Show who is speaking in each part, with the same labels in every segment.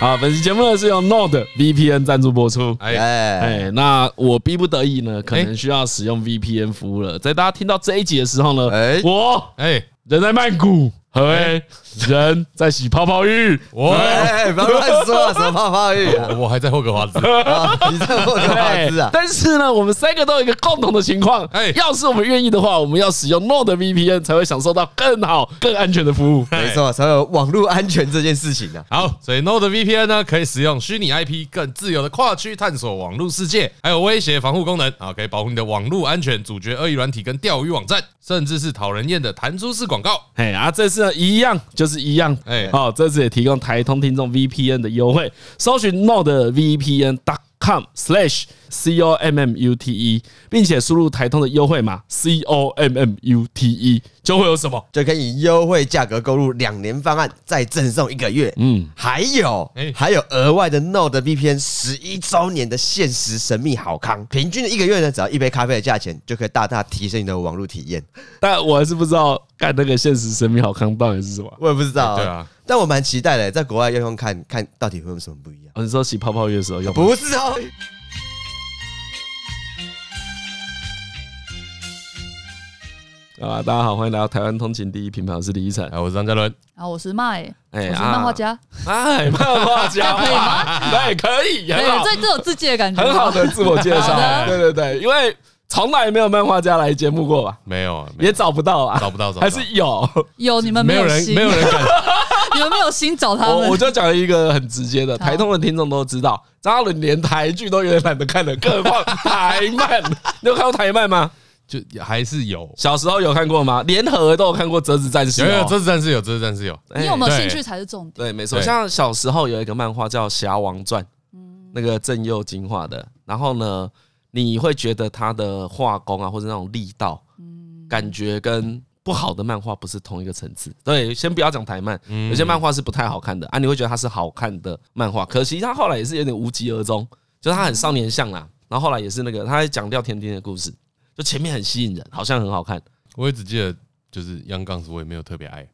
Speaker 1: 啊，本期节目呢是由 Node VPN 赞助播出。
Speaker 2: 哎，
Speaker 3: 哎，
Speaker 1: 哎，那我逼不得已呢，可能需要使用 VPN 服务了。在大家听到这一集的时候呢，
Speaker 3: 哎
Speaker 1: 我
Speaker 2: 哎，
Speaker 1: 人在曼谷，何为人在洗泡泡 浴？
Speaker 2: 我
Speaker 3: 哎，不要乱说啊，什么泡泡浴 啊？
Speaker 2: 我还在霍格华兹，
Speaker 3: 啊你在霍格华兹啊？
Speaker 1: 哎但是呢，我们三个都有一个共同的情况，
Speaker 2: 哎
Speaker 1: 要是我们愿意的话，我们要使用 Node VPN 才会享受到更好、更安全的服 务。
Speaker 3: 没错，所有网络安全这件事情啊，
Speaker 2: 好，所以 Node VPN 呢，可以使用虚拟 IP 更自由的跨区探索网络世界，还有威胁防护功能啊，可以保护你的网络安全，阻绝恶意软体跟钓鱼网站，甚至是讨人厌的弹出式广告。
Speaker 1: 哎，啊，这次呢一样就是一样，
Speaker 2: 哎
Speaker 1: 哦，这次也提供台通听众 VPN 的优惠，搜寻 Node VPN dot com slash c o m m u t e，并且输入台通的优惠码 c o m m u t e，就会有什么？
Speaker 3: 就可以优惠价格购入两年方案，再赠送一个月。嗯，还有
Speaker 2: 哎
Speaker 3: 还有额外的 Node VPN 十一周年的限时神秘好康，平均的一个月呢，只要一杯咖啡的价钱，就可以大大提升你的网络体验。
Speaker 1: 但我还是不知道干那个现实神秘好康到底是什么。
Speaker 3: 我也不知道、
Speaker 2: 对啊，
Speaker 3: 但我蛮期待的，在国外用用看看到底会有什么不一样。
Speaker 1: 哦你说洗泡泡浴的时候用吗？
Speaker 3: 不是哦，
Speaker 1: 啊，大家好，欢迎来到台湾通勤第一品牌，我是李依晨。
Speaker 2: 哎，我是张嘉伦，
Speaker 4: 啊，我是麦，我
Speaker 1: 哎
Speaker 4: 是漫画家，
Speaker 1: 哎，漫画 家， 对，可以，
Speaker 4: 哎
Speaker 1: 很好，
Speaker 4: 这这有自己的感觉，
Speaker 1: 很好，的自我介
Speaker 4: 好
Speaker 1: 绍。
Speaker 4: 的
Speaker 1: 对对对，因为从来没有漫画家来节目过吧，
Speaker 2: 没有，啊，没有
Speaker 1: 也找不到啊，
Speaker 2: 找不到，找不到
Speaker 1: 还是有。
Speaker 4: 有你们
Speaker 2: 没有啊人
Speaker 4: 心，
Speaker 2: 没有人敢，
Speaker 4: 你们没有心找他
Speaker 1: 我
Speaker 4: 们
Speaker 1: 我，就讲一个很直接的，台通的听众都知道，张嘉伦连台剧都有点懒得看了，更何况台漫。 你有看过台漫吗？
Speaker 2: 就还是有，
Speaker 1: 小时候有看过吗？联合都有看过《折纸战士》
Speaker 2: 有
Speaker 1: 哦。
Speaker 2: 有，这次战是有，这次战是有，
Speaker 1: 哎
Speaker 4: 你有没有
Speaker 2: 对
Speaker 4: 兴趣才是重点。
Speaker 1: 对，没错。
Speaker 2: 对
Speaker 1: 像小时候有一个漫画叫《侠王传》，那个郑佑金画的。然后呢，你会觉得他的画工啊，或者那种力道，感觉跟不好的漫画不是同一个层次。对，先不要讲台漫，有些漫画是不太好看的啊，你会觉得它是好看的漫画，可惜他后来也是有点无疾而终，就是他很少年向啦。然后后来也是那个，他在讲廖天丁的故事，就前面很吸引人，好像很好看。
Speaker 2: 我也只记得就是央杠子，我也没有特别爱。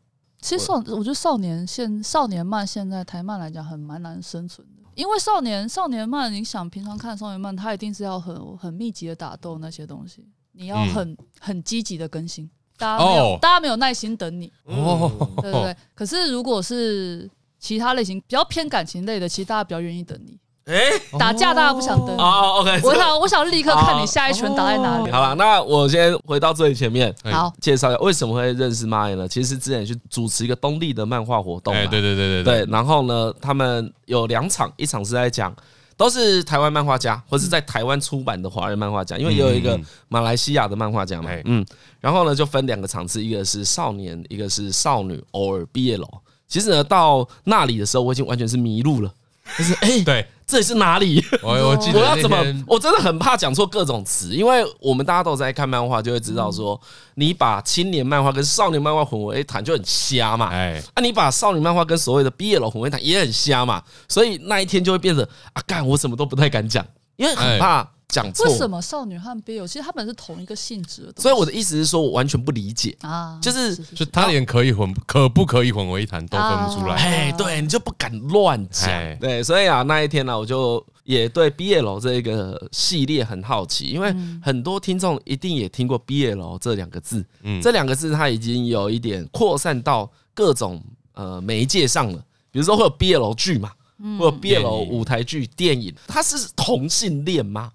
Speaker 4: 其实少，我觉得少年现少年漫现在台漫来讲很蛮难生存的，因为少年少年漫，你想平常看少年漫，它一定是要很很密集的打斗那些东西，你要
Speaker 2: 嗯
Speaker 4: 很、很积极的更新，大家没有、
Speaker 2: 哦
Speaker 4: 大家没有耐心等你，
Speaker 2: 哦，
Speaker 4: 对对对。可是如果是其他类型比较偏感情类的，其实大家比较愿意等你。
Speaker 1: 哎，
Speaker 4: 打架大家不想等你，
Speaker 1: 哦，OK，
Speaker 4: 我想我想立刻看你下一拳打在哪里。
Speaker 1: 好了，那我先回到最前面。
Speaker 2: 哎
Speaker 4: 好，
Speaker 1: 介绍一下为什么会认识 Maya 呢？其实之前去主持一个东立的漫画活动嘛，
Speaker 2: 哎，对对对对
Speaker 1: 对然后呢，他们有两场，一场是在讲都是台湾漫画家，或是在台湾出版的华人漫画家，因为也有一个
Speaker 2: 嗯
Speaker 1: 马来西亚的漫画家嘛
Speaker 2: 哎，
Speaker 1: 嗯，然后呢就分两个场次，一个是少年，一个是少女，偶尔毕业楼。其实呢，到那里的时候，我已经完全是迷路了，就是哎、
Speaker 2: 对，
Speaker 1: 这里是哪里？
Speaker 2: 我我记得
Speaker 1: 我要怎么
Speaker 2: 那天？
Speaker 1: 我真的很怕讲错各种词，因为我们大家都在看漫画，就会知
Speaker 2: 嗯
Speaker 1: 道说，你把青年漫画跟少年漫画混为一谈就很瞎嘛。
Speaker 2: 哎，
Speaker 1: 啊，你把少女漫画跟所谓的 BL 混为一谈也很瞎嘛。所以那一天就会变得啊，干我什么都不太敢讲，因为
Speaker 2: 哎
Speaker 1: 很怕讲错。
Speaker 4: 为什么少女和 BL 其实他们是同一个性质的东西？
Speaker 1: 所以我的意思是说，我完全不理解。
Speaker 4: 啊，
Speaker 1: 就是
Speaker 2: 就他连可以混可不可以混为一谈都分不出来。
Speaker 4: 啊
Speaker 1: 哎，对，你就不敢乱讲
Speaker 2: 哎。
Speaker 1: 对，所以啊，那一天呢、我就也对 BL 这个系列很好奇，因为很多听众一定也听过 BL 这两个字。
Speaker 2: 嗯
Speaker 1: 这两个字它已经有一点扩散到各种呃媒介上了，比如说会有 BL 剧嘛，会有
Speaker 2: 电
Speaker 1: BL
Speaker 2: 影
Speaker 1: 舞台剧、电影，它是同性恋吗？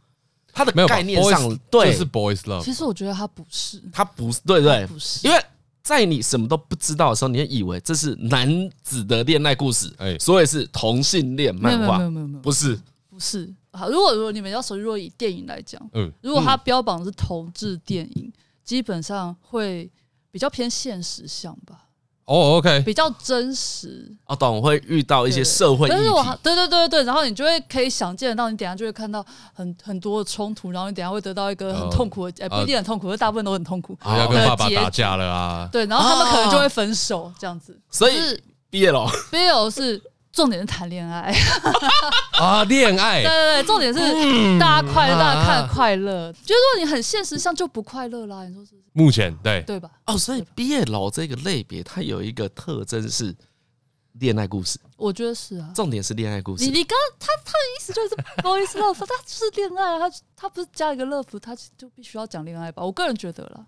Speaker 1: 它的
Speaker 2: 没有吧
Speaker 1: 概念
Speaker 2: boys-
Speaker 1: 上，对，
Speaker 2: 就是 boys love，
Speaker 4: 其实我觉得他不是，
Speaker 1: 它不是，对对
Speaker 4: 他，不是，
Speaker 1: 因为在你什么都不知道的时候，你会以为这是男子的恋爱故事，
Speaker 2: 哎
Speaker 1: 所以是同性恋
Speaker 4: 没有
Speaker 1: 漫
Speaker 4: 没有没
Speaker 1: 画，
Speaker 4: 有没有没有，
Speaker 1: 不是？
Speaker 4: 不是。好，如果如果你们要说，如果以电影来讲，
Speaker 2: 嗯，
Speaker 4: 如果它标榜是同志电影，基本上会比较偏现实向吧，
Speaker 2: 哦，OK，
Speaker 4: 比较真实。
Speaker 1: 哦，懂，会遇到一些社会议
Speaker 4: 但是我还
Speaker 1: 题，
Speaker 4: 对对对对，然后你就会可以想见得到，你等一下就会看到很很多的冲突，然后你等一下会得到一个
Speaker 2: 哦
Speaker 4: 很痛苦的，哎、不一定很痛苦，但大部分都很痛苦。
Speaker 1: 好
Speaker 2: 要跟爸爸
Speaker 4: 结
Speaker 2: 打
Speaker 4: 局
Speaker 2: 架了啊，
Speaker 4: 对，然后他们可能就会分手这样子。
Speaker 1: 所
Speaker 4: 就
Speaker 1: 以
Speaker 4: 是
Speaker 1: 毕业了，
Speaker 4: BL 是重点是谈恋爱，
Speaker 2: 啊，恋爱
Speaker 4: 对对对，重点是大家快乐，
Speaker 2: 啊
Speaker 4: 大家看快乐。就是如果你很现实上就不快乐啦，你说是不是？
Speaker 2: 目前对
Speaker 4: 对吧？
Speaker 1: 哦，所以毕业楼这个类别，它有一个特征是，恋爱故事，
Speaker 4: 我觉得是啊。
Speaker 1: 重点是恋爱故
Speaker 4: 你
Speaker 1: 事。
Speaker 4: 你刚他他的意思就是 boys love，他就是恋爱啊，他他不是加一个 love，他就必须要讲恋爱吧？我个人觉得啦。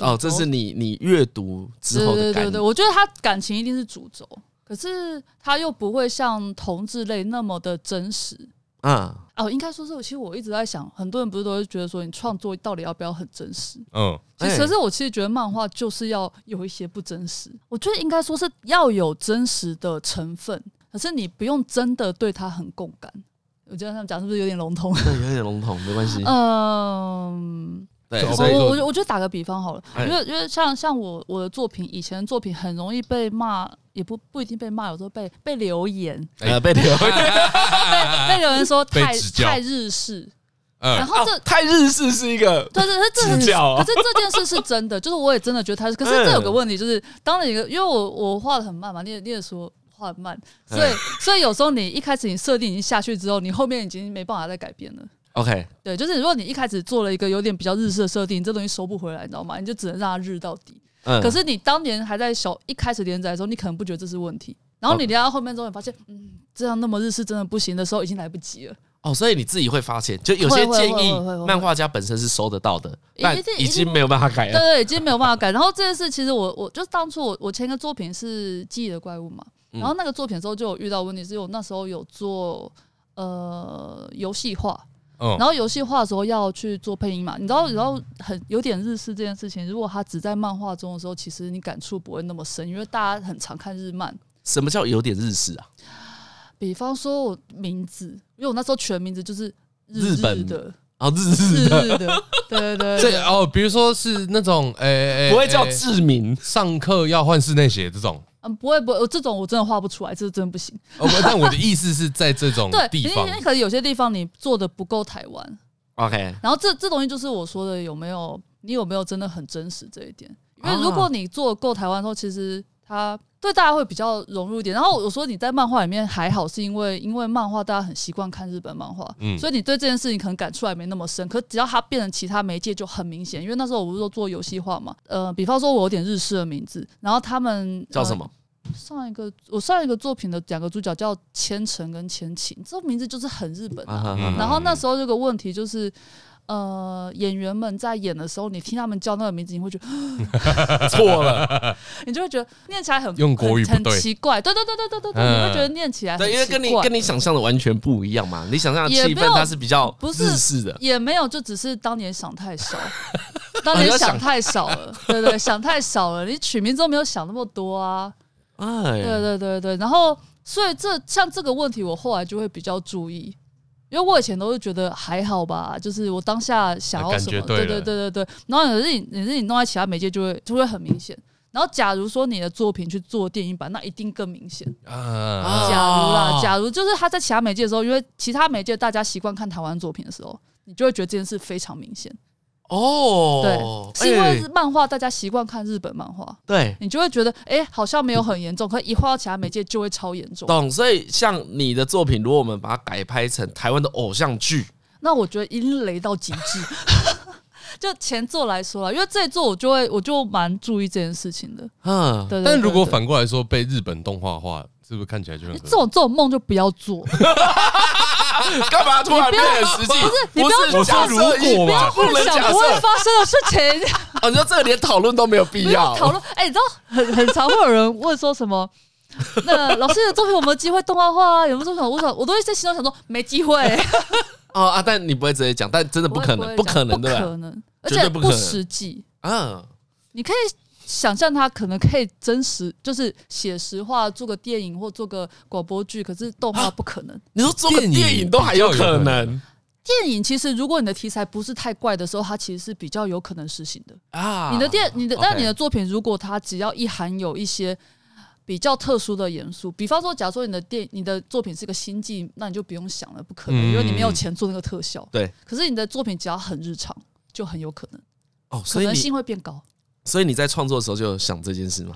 Speaker 1: 哦，这是你你阅读之
Speaker 4: 对
Speaker 1: 后的
Speaker 4: 对
Speaker 1: 感
Speaker 4: 对对，我觉得他感情一定是主轴，可是他又不会像同志类那么的真实。
Speaker 1: 嗯，
Speaker 4: 哦，应该说是我，其实我一直在想，很多人不是都会觉得说，你创作到底要不要很真实？
Speaker 2: 嗯，
Speaker 4: 其实，
Speaker 1: 哎
Speaker 4: 可是我其实觉得漫画就是要有一些不真实。我觉得应该说是要有真实的成分，可是你不用真的对他很共感。我觉得他们讲是不是有点笼统？
Speaker 1: 那有点笼统，没关
Speaker 4: 哦
Speaker 1: 系。
Speaker 4: 嗯，
Speaker 1: 对
Speaker 2: 走，
Speaker 4: 我
Speaker 1: 所哦以
Speaker 2: 说
Speaker 4: 我我我觉得打个比方好了，
Speaker 1: 哎
Speaker 4: 因为因为像像我我的作品，以前的作品很容易被骂，也不不一定被骂，有时候被被留言，
Speaker 1: 呃被留
Speaker 4: 被被留言说
Speaker 2: 被
Speaker 4: 太
Speaker 2: 指教
Speaker 4: 太日式，然
Speaker 2: 嗯，
Speaker 4: 后哦这
Speaker 1: 啊太日式是一个
Speaker 4: 对对对，这很
Speaker 1: 指教啊嗯
Speaker 4: 可是这件事是真的，就是我也真的觉得他是。可是这有个问题，就是当你一个，因为我我画的很慢嘛，你也你也说画得慢，
Speaker 1: 嗯
Speaker 4: 所以所以有时候你一开始你设定已经下去之后，你后面已经没办法再改变了。
Speaker 1: OK，
Speaker 4: 对，就是如果你一开始做了一个有点比较日式的设定，这东西收不回来，你知道吗？你就只能让它日到底。
Speaker 1: 嗯，
Speaker 4: 可是你当年还在小一开始连载的时候，你可能不觉得这是问题，然后你连到后面之后，你发现，嗯，这样那么日式真的不行的时候，已经来不及了。
Speaker 1: 哦，所以你自己会发现，就有些
Speaker 4: 会会
Speaker 1: 建
Speaker 4: 会
Speaker 1: 议
Speaker 4: 会会会
Speaker 1: 漫画家本身是收得到的，
Speaker 4: 一定
Speaker 1: 但
Speaker 4: 一定
Speaker 1: 已经没有办法改
Speaker 4: 对
Speaker 1: 了。
Speaker 4: 对，已经没有办法改。然后这件事，其实我我就当初我我前一个作品是《记忆的怪物》嘛，
Speaker 1: 嗯
Speaker 4: 然后那个作品的时候就有遇到问题，是因为我那时候有做呃游戏化，
Speaker 2: 嗯
Speaker 4: 然后游戏化的时候要去做配音嘛，你知道，然后很有点日式这件事情，如果它只在漫画中的时候，其实你感触不会那么深，因为大家很常看日漫。
Speaker 1: 什么叫有点日式啊？
Speaker 4: 比方说我名字，因为我那时候取的名字就是
Speaker 1: 日
Speaker 4: 日
Speaker 1: 本
Speaker 4: 的，
Speaker 1: 哦，日式
Speaker 4: 日
Speaker 1: 的
Speaker 4: 日的，对对对，
Speaker 2: 这哦，比如说是那种诶，哎
Speaker 1: 不会叫
Speaker 2: 哎
Speaker 1: 志明，
Speaker 2: 上课要换室内鞋这种。
Speaker 4: 嗯，不会不会，我这种我真的画不出来，这真的不行。
Speaker 2: 哦，不但我的意思是在这种
Speaker 4: 对，
Speaker 2: 地
Speaker 4: 因
Speaker 2: 方
Speaker 4: 为，可能有些地方你做的不够台湾，
Speaker 1: OK，
Speaker 4: 然后这这东西就是我说的有没有，你有没有真的很真实这一点？因为如
Speaker 1: 啊
Speaker 4: 果你做得够台湾的时候，其实它对大家会比较融入一点。然后我说你在漫画里面还好，是因为因为漫画大家很习惯看日本漫画，
Speaker 2: 嗯
Speaker 4: 所以你对这件事情可能感触还没那么深。可只要它变成其他媒介就很明显，因为那时候我不是说做游戏化嘛，呃，比方说我有点日式的名字，然后他们
Speaker 1: 叫
Speaker 4: 呃
Speaker 1: 什么？
Speaker 4: 上一个我上一个作品的两个主角叫千城跟千琴，这名字就是很日本
Speaker 1: 啊哈
Speaker 4: 啊。
Speaker 1: 哈
Speaker 2: 嗯
Speaker 1: 哈
Speaker 4: 然后那时候这个问题就是，呃，演员们在演的时候，你听他们叫那个名字，你会觉得，
Speaker 1: 错 了，
Speaker 4: 你就会觉得念起来很
Speaker 2: 用国语
Speaker 4: 很
Speaker 2: 不对
Speaker 4: 很奇怪，对对对对对对对，
Speaker 2: 嗯
Speaker 4: 你会觉得念起来很
Speaker 1: 对，因为跟你
Speaker 4: 奇怪
Speaker 1: 跟你想象的完全不一样嘛。你想象的
Speaker 4: 也
Speaker 1: 气
Speaker 4: 没
Speaker 1: 氛
Speaker 4: 有
Speaker 1: 它是比较
Speaker 4: 不是
Speaker 1: 日式的，
Speaker 4: 也没有，就只是当年想太少，当
Speaker 1: 你
Speaker 4: 年
Speaker 1: 要想
Speaker 4: 想太少了，对对，想太少了，你取名字都没有想那么多啊，对
Speaker 1: 哎，
Speaker 4: 对对对，然后所以这像这个问题，我后来就会比较注意，因为我以前都是觉得还好吧，就是我当下想要
Speaker 2: 啊感
Speaker 4: 什
Speaker 2: 觉
Speaker 4: 么，
Speaker 2: 对
Speaker 4: 对
Speaker 2: 了
Speaker 4: 对对对对。然后可是你，可是你弄在其他媒介就会就会很明显。然后假如说你的作品去做电影版，那一定更明显。
Speaker 2: 啊，
Speaker 4: 假如啦
Speaker 1: 哦，
Speaker 4: 假如就是他在其他媒介的时候，因为其他媒介大家习惯看台湾作品的时候，你就会觉得这件事非常明显。
Speaker 1: 哦，
Speaker 4: 是因为
Speaker 1: 哎
Speaker 4: 是漫画大家习惯看日本漫画，
Speaker 1: 对。
Speaker 4: 你就会觉得哎、好像没有很严重，可一画到其他媒介就会超严重。
Speaker 1: 懂，所以像你的作品，如果我们把它改拍成台湾的偶像剧，
Speaker 4: 那我觉得已经雷到 极致。就前作来说啦，因为这一作我就会我就蛮注意这件事情的。
Speaker 1: 嗯，
Speaker 4: 对对
Speaker 2: 但如果
Speaker 4: 对对
Speaker 2: 反过来说被日本动画化，是不是看起来 就很
Speaker 4: 这种这种梦就不要 做，
Speaker 1: 干嘛突然变得很实际？
Speaker 4: 你不要
Speaker 1: 不是假
Speaker 2: 我说
Speaker 1: 设
Speaker 2: 如
Speaker 1: 一
Speaker 2: 果
Speaker 1: 不
Speaker 2: 吧
Speaker 1: 要不能
Speaker 4: 想
Speaker 1: 假
Speaker 4: 不会
Speaker 1: 设，
Speaker 4: 发生的事情，
Speaker 1: 哦，你说这个连讨论都没有必
Speaker 4: 不
Speaker 1: 要
Speaker 4: 要讨论。哎、你知道很很常会有人问说什么？那老师的作品有没有机会动画化啊？有没有作品？我想我都会在心中想说没机会，
Speaker 1: 哦啊！但你不会直接讲，但真 的不可能，
Speaker 4: 不会
Speaker 1: 可能，
Speaker 4: 不
Speaker 1: 对吧？
Speaker 4: 可能，而
Speaker 1: 绝
Speaker 4: 且
Speaker 1: 对不可能
Speaker 4: 实际。
Speaker 1: 嗯，
Speaker 4: 你可以想象它可能可以真实，就是写实化，做个电影或做个广播剧，可是动画不可能。
Speaker 1: 你说做个
Speaker 2: 电影
Speaker 1: 电影都还有
Speaker 2: 比较有
Speaker 1: 可
Speaker 2: 可
Speaker 1: 能
Speaker 4: 哦电影其实，如果你的题材不是太怪的时候，它其实是比较有可能实行的。
Speaker 1: 啊！
Speaker 4: 你的电，你的
Speaker 1: OK
Speaker 4: 但你的作品，如果它只要一含有一些比较特殊的元素，比方说，假如说你的电，你的作品是个星际，那你就不用想了，不可能，
Speaker 2: 嗯
Speaker 4: 因为你没有钱做那个特效。
Speaker 1: 对。
Speaker 4: 可是你的作品只要很日常，就很有可能，
Speaker 1: 哦，
Speaker 4: 可
Speaker 1: 所以
Speaker 4: 能
Speaker 1: 你
Speaker 4: 性会变高。
Speaker 1: 所以你在创作的时候就有想这件事 吗？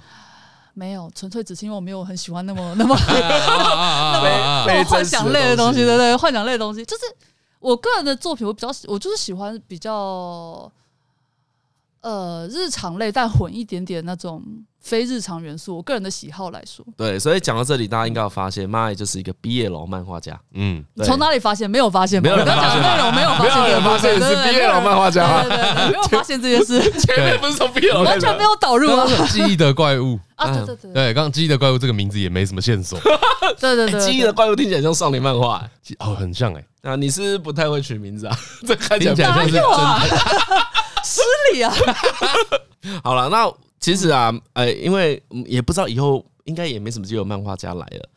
Speaker 4: 没有，纯粹只是因为我没有很喜欢那么那么
Speaker 2: 啊
Speaker 1: 被
Speaker 4: 那
Speaker 1: 被
Speaker 4: 种幻想类的东西，
Speaker 1: 真实的
Speaker 4: 对对，对幻想类的东西，就是我个人的作品，我比较喜我就是喜欢比较呃日常类，但混一点点那种非日常元素。我个人的喜好来说，
Speaker 1: 对，所以讲到这里，大家应该有发现，妈也就是一个毕业楼漫画家。
Speaker 2: 嗯，
Speaker 4: 你从哪里发现？没有发现吧，
Speaker 1: 没有人
Speaker 4: 我刚刚讲的内容没有发现，
Speaker 1: 没有人发现你是毕业楼漫画家啊
Speaker 4: 对对对，对没有发现这件事，
Speaker 1: 前面不是从毕业楼开
Speaker 4: 完
Speaker 1: 始
Speaker 4: 全没有导入
Speaker 2: 刚
Speaker 4: 啊
Speaker 2: 刚那个记忆的怪 物，
Speaker 4: 啊！对对对对
Speaker 2: 对，刚刚记忆的怪物这个名字也没什么线索，
Speaker 4: 对对
Speaker 1: 哎
Speaker 4: 对，
Speaker 1: 记忆的怪物听起来像少年漫画、哎
Speaker 2: 记哦，很像哎，
Speaker 1: 啊，你是不是不太会取名字啊？ 这看起来
Speaker 2: 听
Speaker 1: 不
Speaker 2: 起来像是
Speaker 4: 哪有 啊
Speaker 2: 真
Speaker 4: 失礼啊！
Speaker 1: 好了，那其实啊，呃，因为嗯也不知道以后应该也没什么机会有漫画家来了，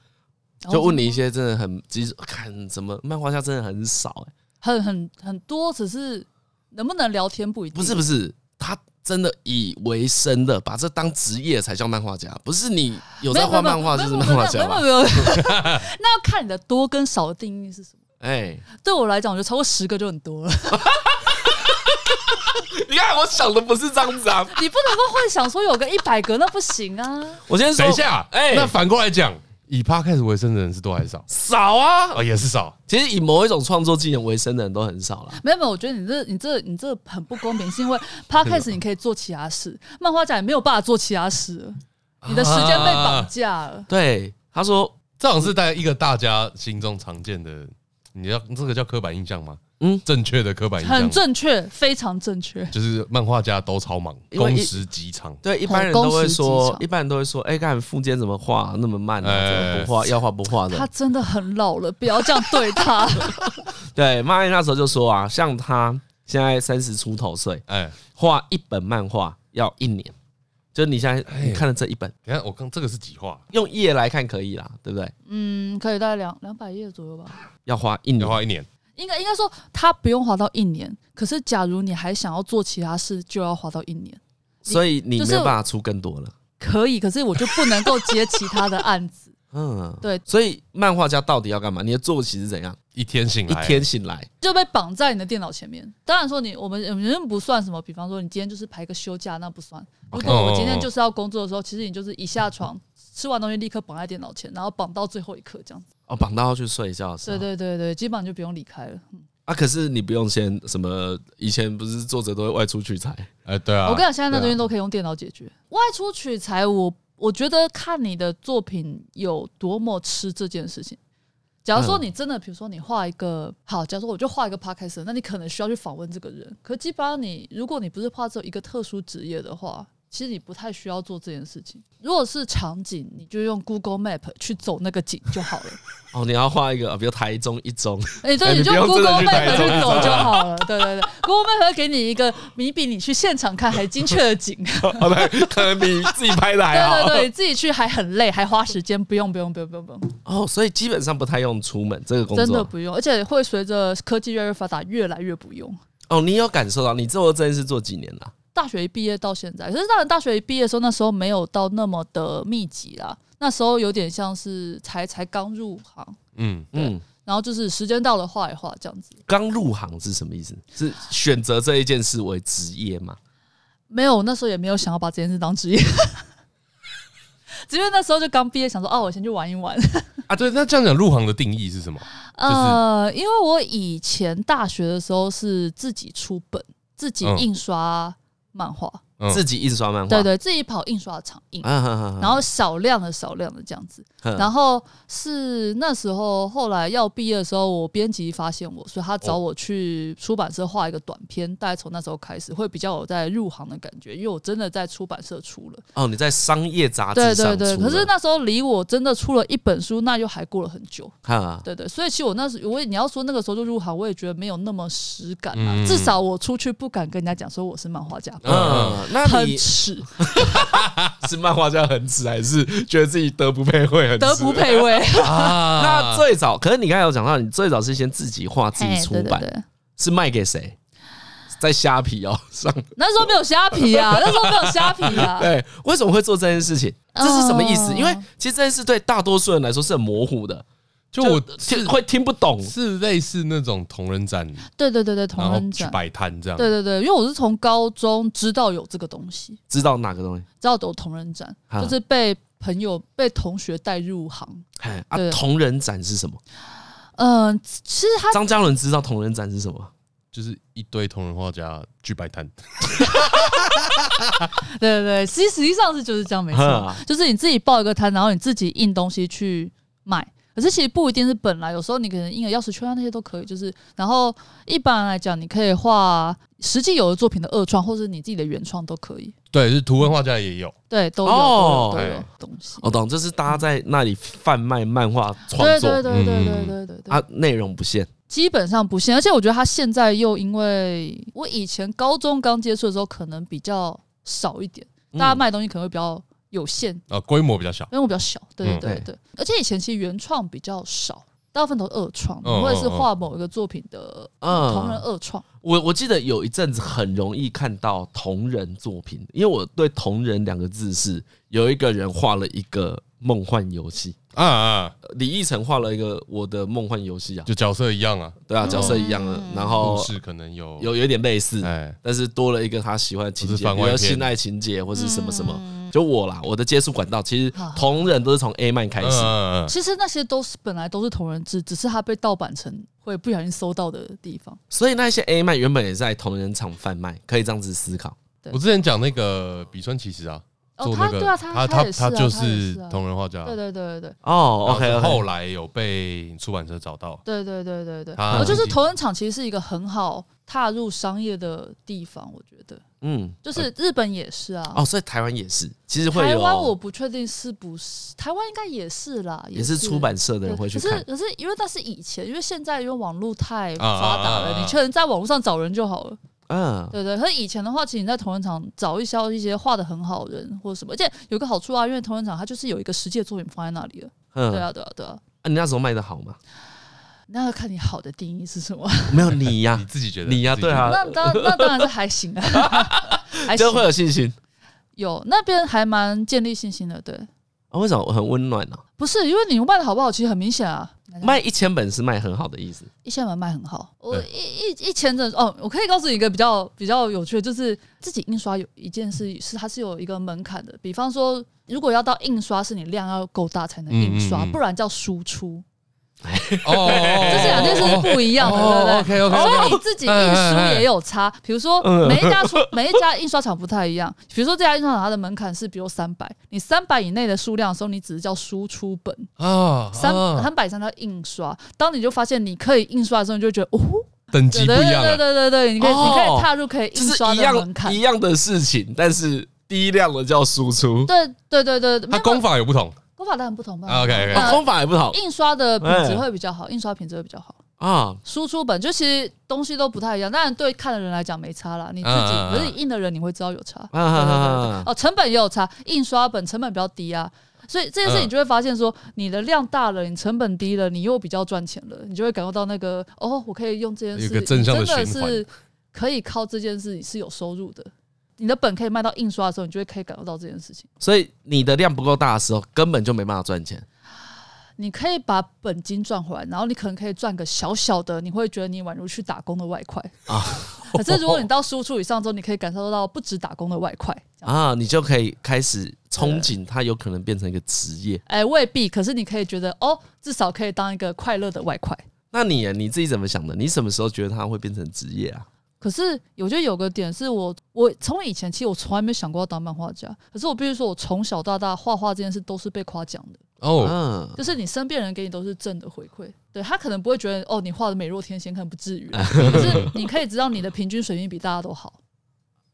Speaker 1: 就问你一些真的很，其实看什么漫画家真的很少、欸，
Speaker 4: 很很很多，只是能不能聊天不一定。
Speaker 1: 不是不是，他真的以为生的，把这当职业才叫漫画家，不是你有
Speaker 4: 没
Speaker 1: 在
Speaker 4: 有没
Speaker 1: 画
Speaker 4: 有没
Speaker 1: 漫
Speaker 4: 有
Speaker 1: 画就是漫画家吧
Speaker 4: 没？有没有没有，没有 那要看你的多跟少的定义是什么。
Speaker 1: 哎，
Speaker 4: 对我来讲，我觉得超过十个就很多了。
Speaker 1: 你看我想的不是这样子啊，
Speaker 4: 你不能够幻想说有个一百个，那不行啊！
Speaker 1: 我先说
Speaker 2: 等一下，
Speaker 1: 哎，
Speaker 2: 那反过来讲，以 p 开始为生的人是多还是少？
Speaker 1: 少啊，
Speaker 2: 啊，也是少，
Speaker 1: 其实以某一种创作技能为生的人都很少啦。
Speaker 4: 没有没有，我觉得你这你这你这很不公平，是因为 podcast 你可以做其他事，漫画家也没有办法做其他事了，你的时间被绑架了。
Speaker 1: 对，他说，
Speaker 2: 这好像是在一个大家心中常见的，你要这个叫刻板印象吗？
Speaker 1: 嗯
Speaker 2: 嗯，正确的刻板印
Speaker 4: 很
Speaker 2: 象，
Speaker 4: 正确，非常正确。
Speaker 2: 就是漫画家都超忙，
Speaker 1: 因为一
Speaker 2: 工时极长。
Speaker 1: 对，一般人都会
Speaker 4: 工时
Speaker 1: 说
Speaker 4: 极，长
Speaker 1: 一般人都会说，哎，看附件怎么画那么慢啊，怎么不
Speaker 2: 哎
Speaker 1: 画，要画不画的
Speaker 4: 他。真的很老了，不要这样对他。
Speaker 1: 对，妈咪那时候就说啊，像他现在三十出头岁，
Speaker 2: 哎，
Speaker 1: 画一本漫画要一年，就是你现在
Speaker 2: 哎
Speaker 1: 你看了这一本，
Speaker 2: 等一下我刚这个是几画？
Speaker 1: 用页来看可以啦，对不对？
Speaker 4: 嗯，可以大概两两百页左右吧。
Speaker 1: 要花一年
Speaker 2: 要，画一年，
Speaker 4: 应该应该说他不用花到一年，可是假如你还想要做其他事，就要花到一年。
Speaker 1: 所以你
Speaker 4: 就
Speaker 1: 没
Speaker 4: 是
Speaker 1: 有办法出更多了。
Speaker 4: 可以，可是我就不能够接其他的案子。
Speaker 1: 嗯，
Speaker 4: 对，
Speaker 1: 所以漫画家到底要干嘛？你的作息是怎样？
Speaker 2: 一天醒
Speaker 1: 一
Speaker 2: 来，
Speaker 1: 天醒来，
Speaker 4: 就被绑在你的电脑前面。当然说你我们我们不算什么，比方说你今天就是排个休假，那不算。如
Speaker 1: OK
Speaker 4: 果我今天就是要工作的时候，其实你就是一下床吃完东西立刻绑在电脑前，然后绑到最后一刻这样子。
Speaker 1: 哦，绑到要去睡觉是
Speaker 4: 对
Speaker 1: 吧？
Speaker 4: 对对对，基本上就不用离开了。
Speaker 1: 啊，可是你不用先什么，以前不是作者都会外出取材，
Speaker 2: 哎，对啊，
Speaker 4: 我跟你讲，现在那东
Speaker 1: 对啊
Speaker 4: 西都可以用电脑解决。外出取材，我我觉得看你的作品有多么吃这件事情。假如说
Speaker 1: 嗯
Speaker 4: 你真的，比如说你画一个好，假如说我就画一个 podcast，那你可能需要去访问这个人。可基本上你，如果你不是画只有一个特殊职业的话，其实你不太需要做这件事情。如果是场景，你就用 Google Map 去走那个景就好 了。
Speaker 1: 哦，你要画一个，啊比如台中一中，
Speaker 4: 哎，
Speaker 1: 哎
Speaker 4: 对，
Speaker 1: 你
Speaker 4: 你就
Speaker 1: 不用真
Speaker 4: Google
Speaker 1: 的去台
Speaker 4: Map
Speaker 1: 中
Speaker 4: 去走就好了。对对对，Google Map 会给你一个你比你去现场看还精确的景。
Speaker 1: 好的，哦可能比自己拍的还好。
Speaker 4: 对对 对，自己去还很累，还花时间，不用不用不用不用不用，
Speaker 1: 哦，所以基本上不太用出门这个工
Speaker 4: 真的
Speaker 1: 作。
Speaker 4: 不用，而且会随着科技越来越发达，越来越不用。
Speaker 1: 哦，你有感受到？你做这件事做几年了？
Speaker 4: 大学一毕业到现在，可是当然大学一毕业的时候，那时候没有到那么的密集啦，那时候有点像是才才刚入行，
Speaker 2: 嗯，
Speaker 1: 嗯，
Speaker 4: 然后就是时间到了画一画这样子。
Speaker 1: 刚入行是什么意思？是选择这一件事为职业吗？
Speaker 4: 没有，那时候也没有想要把这件事当职业， 只因为那时候就刚毕业，想说哦，我先去玩一玩。
Speaker 2: 啊，对，那这样讲入行的定义是什么？
Speaker 4: 呃，因为我以前大学的时候是自己出本，自己
Speaker 2: 嗯
Speaker 4: 印刷漫画，
Speaker 2: 嗯
Speaker 1: 自己印刷漫画？
Speaker 4: 对对，自己跑印刷厂印，
Speaker 1: 啊，哈哈哈
Speaker 4: 然后少量的少量的这样子。
Speaker 1: 哼
Speaker 4: 然后是那时候后来要毕业的时候，我编辑发现我，所以他找我去出版社画一个短篇，大概从那时候开始会比较有在入行的感觉，因为我真的在出版社出了。
Speaker 1: 哦，你在商业杂志
Speaker 4: 对
Speaker 1: 上
Speaker 4: 对对，
Speaker 1: 出
Speaker 4: 可是
Speaker 1: 了
Speaker 4: 那时候离我真的出了一本书，那又还过了很久。
Speaker 1: 哈
Speaker 4: 对对，所以其实我那时我也你要说那个时候就入行，我也觉得没有那么实感啊。
Speaker 2: 嗯
Speaker 4: 至少我出去不敢跟人家讲说我是漫画家，
Speaker 1: 嗯，那
Speaker 4: 很
Speaker 1: 你
Speaker 4: 耻，
Speaker 1: 是漫画家很耻，还是觉得自己德不配位 很耻
Speaker 4: 德不？配位。
Speaker 2: 啊
Speaker 1: 那最早，可是你刚才有讲到，你最早是先自己 画、自己
Speaker 4: 嘿
Speaker 1: 出
Speaker 4: 对对
Speaker 1: 版，
Speaker 4: 哎对，
Speaker 1: 是卖给谁？在虾皮哦上
Speaker 4: 那时候没有虾皮啊，那时候没有虾皮啊。
Speaker 1: 对，为什么会做这件事情？这是什么意思？
Speaker 4: 嗯
Speaker 1: 因为其实这件事对大多数人来说是很模糊的，
Speaker 2: 就我
Speaker 1: 听会听不懂。
Speaker 2: 是类似那种同人展，
Speaker 4: 对对对对，同
Speaker 2: 然后
Speaker 4: 人
Speaker 2: 去
Speaker 4: 展。
Speaker 2: 摆摊这样。
Speaker 4: 对对对，因为我是从高中知道有这个东西，
Speaker 1: 知道哪个东西？
Speaker 4: 知道有同人展，
Speaker 1: 啊
Speaker 4: 就是被朋友、被同学带入行。
Speaker 1: 哎啊，
Speaker 4: 对
Speaker 1: 同人展是什么？
Speaker 4: 嗯、其实他
Speaker 1: 张嘉伦知道同人展是什么？
Speaker 2: 就是一堆同人画家去摆摊，
Speaker 4: 对 对对，其实实际上是就是这样，没错
Speaker 1: 哈，
Speaker 4: 就是你自己报一个摊，然后你自己印东西去卖。可是其实不一定是本来，有时候你可能印个钥匙圈啊那些都可以，就是然后一般来讲，你可以画实际有的作品的二创，或是你自己的原创都可以，
Speaker 2: 对，是图文画家也有，
Speaker 4: 对，都有、
Speaker 1: 哦
Speaker 4: 都有都有
Speaker 2: 哎
Speaker 4: 东西。
Speaker 1: 我懂，就是大家在那里贩卖漫画创
Speaker 4: 对
Speaker 1: 作
Speaker 4: 对对对对
Speaker 2: 嗯
Speaker 4: 对对对，
Speaker 1: 啊，内容不限。
Speaker 4: 基本上不限，而且我觉得他现在又因为我以前高中刚接触的时候，可能比较少一点，
Speaker 1: 嗯
Speaker 4: 大家卖东西可能会比较有限，
Speaker 2: 呃，规模比较小，
Speaker 4: 因为我比较小，对对
Speaker 2: 嗯
Speaker 4: 对对，对而且以前其实原创比较少，大部分都是二创，
Speaker 1: 哦
Speaker 2: 嗯
Speaker 4: 或者是画某一个作品的
Speaker 1: 嗯
Speaker 4: 同人二创，
Speaker 1: 我我记得有一阵子很容易看到同人作品，因为我对“同人”两个字是有一个人画了一个梦幻游戏，
Speaker 2: 啊啊，
Speaker 1: 呃李义成画了一个我的梦幻游戏啊，
Speaker 2: 就角色一样啊，
Speaker 1: 对啊，角色一样的，
Speaker 4: 嗯
Speaker 1: 然后
Speaker 2: 故事可能有
Speaker 1: 哦有有点类似，
Speaker 2: 哎，
Speaker 1: 但是多了一个他喜欢的情
Speaker 2: 不
Speaker 1: 节，
Speaker 2: 哦是番
Speaker 1: 比
Speaker 2: 外
Speaker 1: 如说
Speaker 2: 篇
Speaker 1: 性爱情节或是什么什么。就我啦，我的接触管道其实
Speaker 4: 嗯好
Speaker 1: 同人都是从 A 漫开
Speaker 2: 嗯
Speaker 1: 始，
Speaker 2: 嗯嗯
Speaker 4: 其实那些都是本来都是同人志，只是它被盗版成会不小心搜到的地方。
Speaker 1: 所以那些 A 漫原本也在同人场贩卖，可以这样子思考。
Speaker 4: 对
Speaker 2: 我之前讲那个比川骑士啊，
Speaker 4: 哦，
Speaker 2: 做
Speaker 4: 他
Speaker 2: 那
Speaker 4: 对
Speaker 2: 个
Speaker 4: 啊，他
Speaker 2: 他
Speaker 4: 也是
Speaker 2: 他
Speaker 4: 啊，
Speaker 2: 就
Speaker 4: 他也是啊
Speaker 2: 同人画家，
Speaker 4: 对对对对对。
Speaker 1: 哦，OK
Speaker 2: 然后
Speaker 1: OK，
Speaker 2: 后来有被出版社找到，
Speaker 4: 对对对对对，
Speaker 2: 他
Speaker 1: 啊
Speaker 4: 我就是
Speaker 2: 已经
Speaker 4: 投影厂其实是一个很好踏入商业的地方，我觉得
Speaker 1: 嗯，
Speaker 4: 就是日本也是啊。
Speaker 1: 哦，所以台湾也是，其实会
Speaker 4: 台
Speaker 1: 有，哦
Speaker 4: 湾我不确定是不是，台湾应该也是啦，
Speaker 1: 也
Speaker 4: 是
Speaker 1: 是出版社的
Speaker 4: 对
Speaker 1: 人会去
Speaker 4: 可是
Speaker 1: 看。
Speaker 4: 可是因为那是以前，因为现在因为网络太
Speaker 2: 啊啊
Speaker 4: 发达
Speaker 2: 啊啊
Speaker 4: 了，
Speaker 2: 啊
Speaker 4: 你确实在网络上找人就好了，
Speaker 1: 嗯，
Speaker 4: 对对。可是以前的话，其实你在同仁场找一些一些画的很好的人或者什么，而且有个好处啊，因为同仁场它就是有一个实际的作品放在那里了，
Speaker 1: 嗯
Speaker 4: 对啊对啊对啊。
Speaker 1: 啊你那时候卖的好吗？
Speaker 4: 那要看你好的定义是什 么，
Speaker 1: 没有你呀、
Speaker 2: 你自己觉得
Speaker 1: 啊你呀
Speaker 2: 自己觉得
Speaker 1: 对啊
Speaker 4: 那当那当然是 还行啊，还行
Speaker 1: 就会有信心
Speaker 4: 有那边还蛮建立信心的，对，
Speaker 1: 啊？为什么我很温暖呢、啊
Speaker 4: 不是因为你卖的好不好，其实很明显啊，
Speaker 1: 卖一千本是卖很好的意思，
Speaker 4: 一千本卖很好，我
Speaker 2: 对
Speaker 4: 一一一千本哦，我可以告诉你一个比较比较有趣的，就是自己印刷有一件事是它是有一个门槛的，比方说如果要到印刷是你量要够大才能印刷，
Speaker 2: 嗯嗯嗯
Speaker 4: 不然叫输出，
Speaker 2: 哦哦，哦
Speaker 4: 这是两件事是不一样的，对不对？
Speaker 2: OK OK，
Speaker 4: 所以你自己印书也有差，
Speaker 2: 嗯
Speaker 4: 比如说每一家出 每一家印刷厂不太一样，比如说这家印刷厂它的门槛是比如三百，你三百以内的数量的时候，你只是叫输出本，
Speaker 2: 啊，
Speaker 4: 三
Speaker 2: 啊
Speaker 4: 三百张叫印刷。当你就发现你可以印刷的时候，你就会觉得哦。
Speaker 2: 等
Speaker 4: 对
Speaker 2: 级不一样
Speaker 4: 对
Speaker 2: 啊，
Speaker 4: 对对对，你可以、
Speaker 1: 哦
Speaker 4: 你可以踏入可以
Speaker 1: 就
Speaker 4: 印
Speaker 1: 是
Speaker 4: 刷
Speaker 1: 一
Speaker 4: 的门槛
Speaker 1: 样一。样的事情，但是低量的叫输出，
Speaker 4: 对对对对，没
Speaker 2: 它
Speaker 4: 有
Speaker 2: 功法有不同。
Speaker 4: 功法当然不同吧。
Speaker 2: 啊 OK，OK
Speaker 1: 哦
Speaker 4: 呃
Speaker 1: 方法也不好
Speaker 4: 印刷的品质会比较好，印刷品质会比较好。
Speaker 1: 啊。
Speaker 4: 输出本就其实东西都不太一样，当然对看的人来讲没差啦。你自己
Speaker 2: 嗯嗯嗯嗯
Speaker 4: 可是你印的人你会知道有差。 对
Speaker 1: 啊
Speaker 4: 对对对哦，成本也有差，印刷本成本比较低啊。所以这件事
Speaker 2: 嗯
Speaker 4: 你就会发现说，你的量大了，你成本低了，你又比较赚钱了，你就会感受到那个哦，我可以用这件事，
Speaker 2: 有一个正向的
Speaker 4: 真的
Speaker 2: 循环
Speaker 4: 是可以靠这件事是有收入的。你的本可以卖到印刷的时候，你就会可以感受到这件事情。
Speaker 1: 所以你的量不够大的时候，根本就没办法赚钱。
Speaker 4: 你可以把本金赚回来，然后你可能可以赚个小小的，你会觉得你宛如去打工的外快
Speaker 1: 啊
Speaker 4: 啊。可是如果你到输出以上之后，你可以感受到不止打工的外快。这样
Speaker 1: 啊，你就可以开始憧憬它有可能变成一个职业。
Speaker 4: 哎、未必，可是你可以觉得哦，至少可以当一个快乐的外快。
Speaker 1: 那你耶你自己怎么想的？你什么时候觉得它会变成职业啊？
Speaker 4: 可是我觉得有个点是我，我从以前其实我从来没想过要当漫画家。可是我必须说，我从小到大画画这件事都是被夸奖的，
Speaker 2: 哦，
Speaker 1: 嗯，
Speaker 4: 就是你身边人给你都是正的回馈。对他可能不会觉得哦，你画的美若天仙，可能不至于啦。可是你可以知道你的平均水平比大家都好。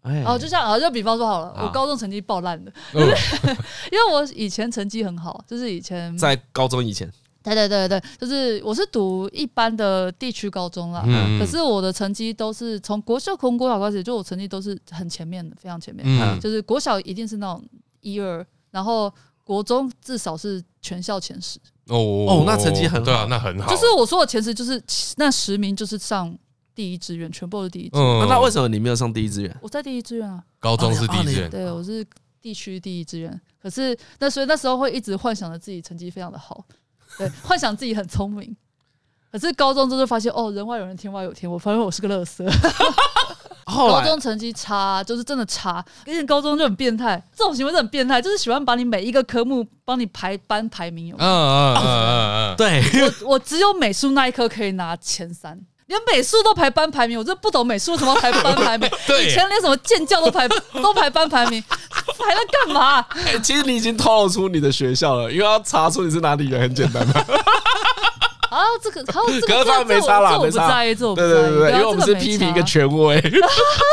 Speaker 1: 哎
Speaker 4: 哦，就像啊，就比方说好了，
Speaker 1: 好
Speaker 4: 我高中成绩爆烂的，
Speaker 2: 嗯
Speaker 4: 因为我以前成绩很好，就是以前，
Speaker 1: 在高中以前，
Speaker 4: 对对对对，就是我是读一般的地区高中啦，
Speaker 2: 嗯
Speaker 4: 可是我的成绩都是从国小、从国小开始，就我成绩都是很前面的，非常前面，
Speaker 2: 嗯
Speaker 4: 就是国小一定是那种一二，然后国中至少是全校前十，
Speaker 2: 哦
Speaker 1: 哦那成绩很好
Speaker 2: 对啊，那很好，
Speaker 4: 就是我说的前十就是那十名就是上第一志愿，全部都是第一志愿，
Speaker 1: 那
Speaker 2: 嗯
Speaker 1: 那为什么你没有上第一志愿？
Speaker 4: 我在第一志愿啊。
Speaker 2: 高中是第一志愿，
Speaker 4: 对，我是地区第一志愿，可是那所以那时候会一直幻想着自己成绩非常的好，对，幻想自己很聪明。可是高中之后就发现，哦，人外有人，天外有天，我发现我是个乐色。
Speaker 1: 后
Speaker 4: 高
Speaker 1: 来
Speaker 4: 中成绩差，就是真的差，而且高中就很变态，这种行为是很变态，就是喜欢把你每一个科目帮你排班
Speaker 1: 啊
Speaker 4: 排名有没有
Speaker 2: 嗯嗯嗯嗯嗯，。
Speaker 1: 对，
Speaker 4: 我我只有美术那一科可以拿前三。连美术都排班排名，我真的不懂美术怎么排班排名
Speaker 2: 对
Speaker 4: 以前连什么建教都排都排班排名， 排了干嘛？
Speaker 1: 哎其实你已经透露出你的学校了，因为要查出你是哪里人很简单嘛。
Speaker 4: 啊，这个还有 这个，
Speaker 1: 可是他
Speaker 4: 这
Speaker 1: 没杀啦，
Speaker 4: 这我
Speaker 1: 没
Speaker 4: 不
Speaker 1: 杀啦。
Speaker 4: 在意，
Speaker 1: 对
Speaker 4: 这
Speaker 1: 对
Speaker 4: 我不
Speaker 1: 对
Speaker 4: 在意。
Speaker 1: 对，因
Speaker 4: 啊
Speaker 1: 为我们是批评一个权威。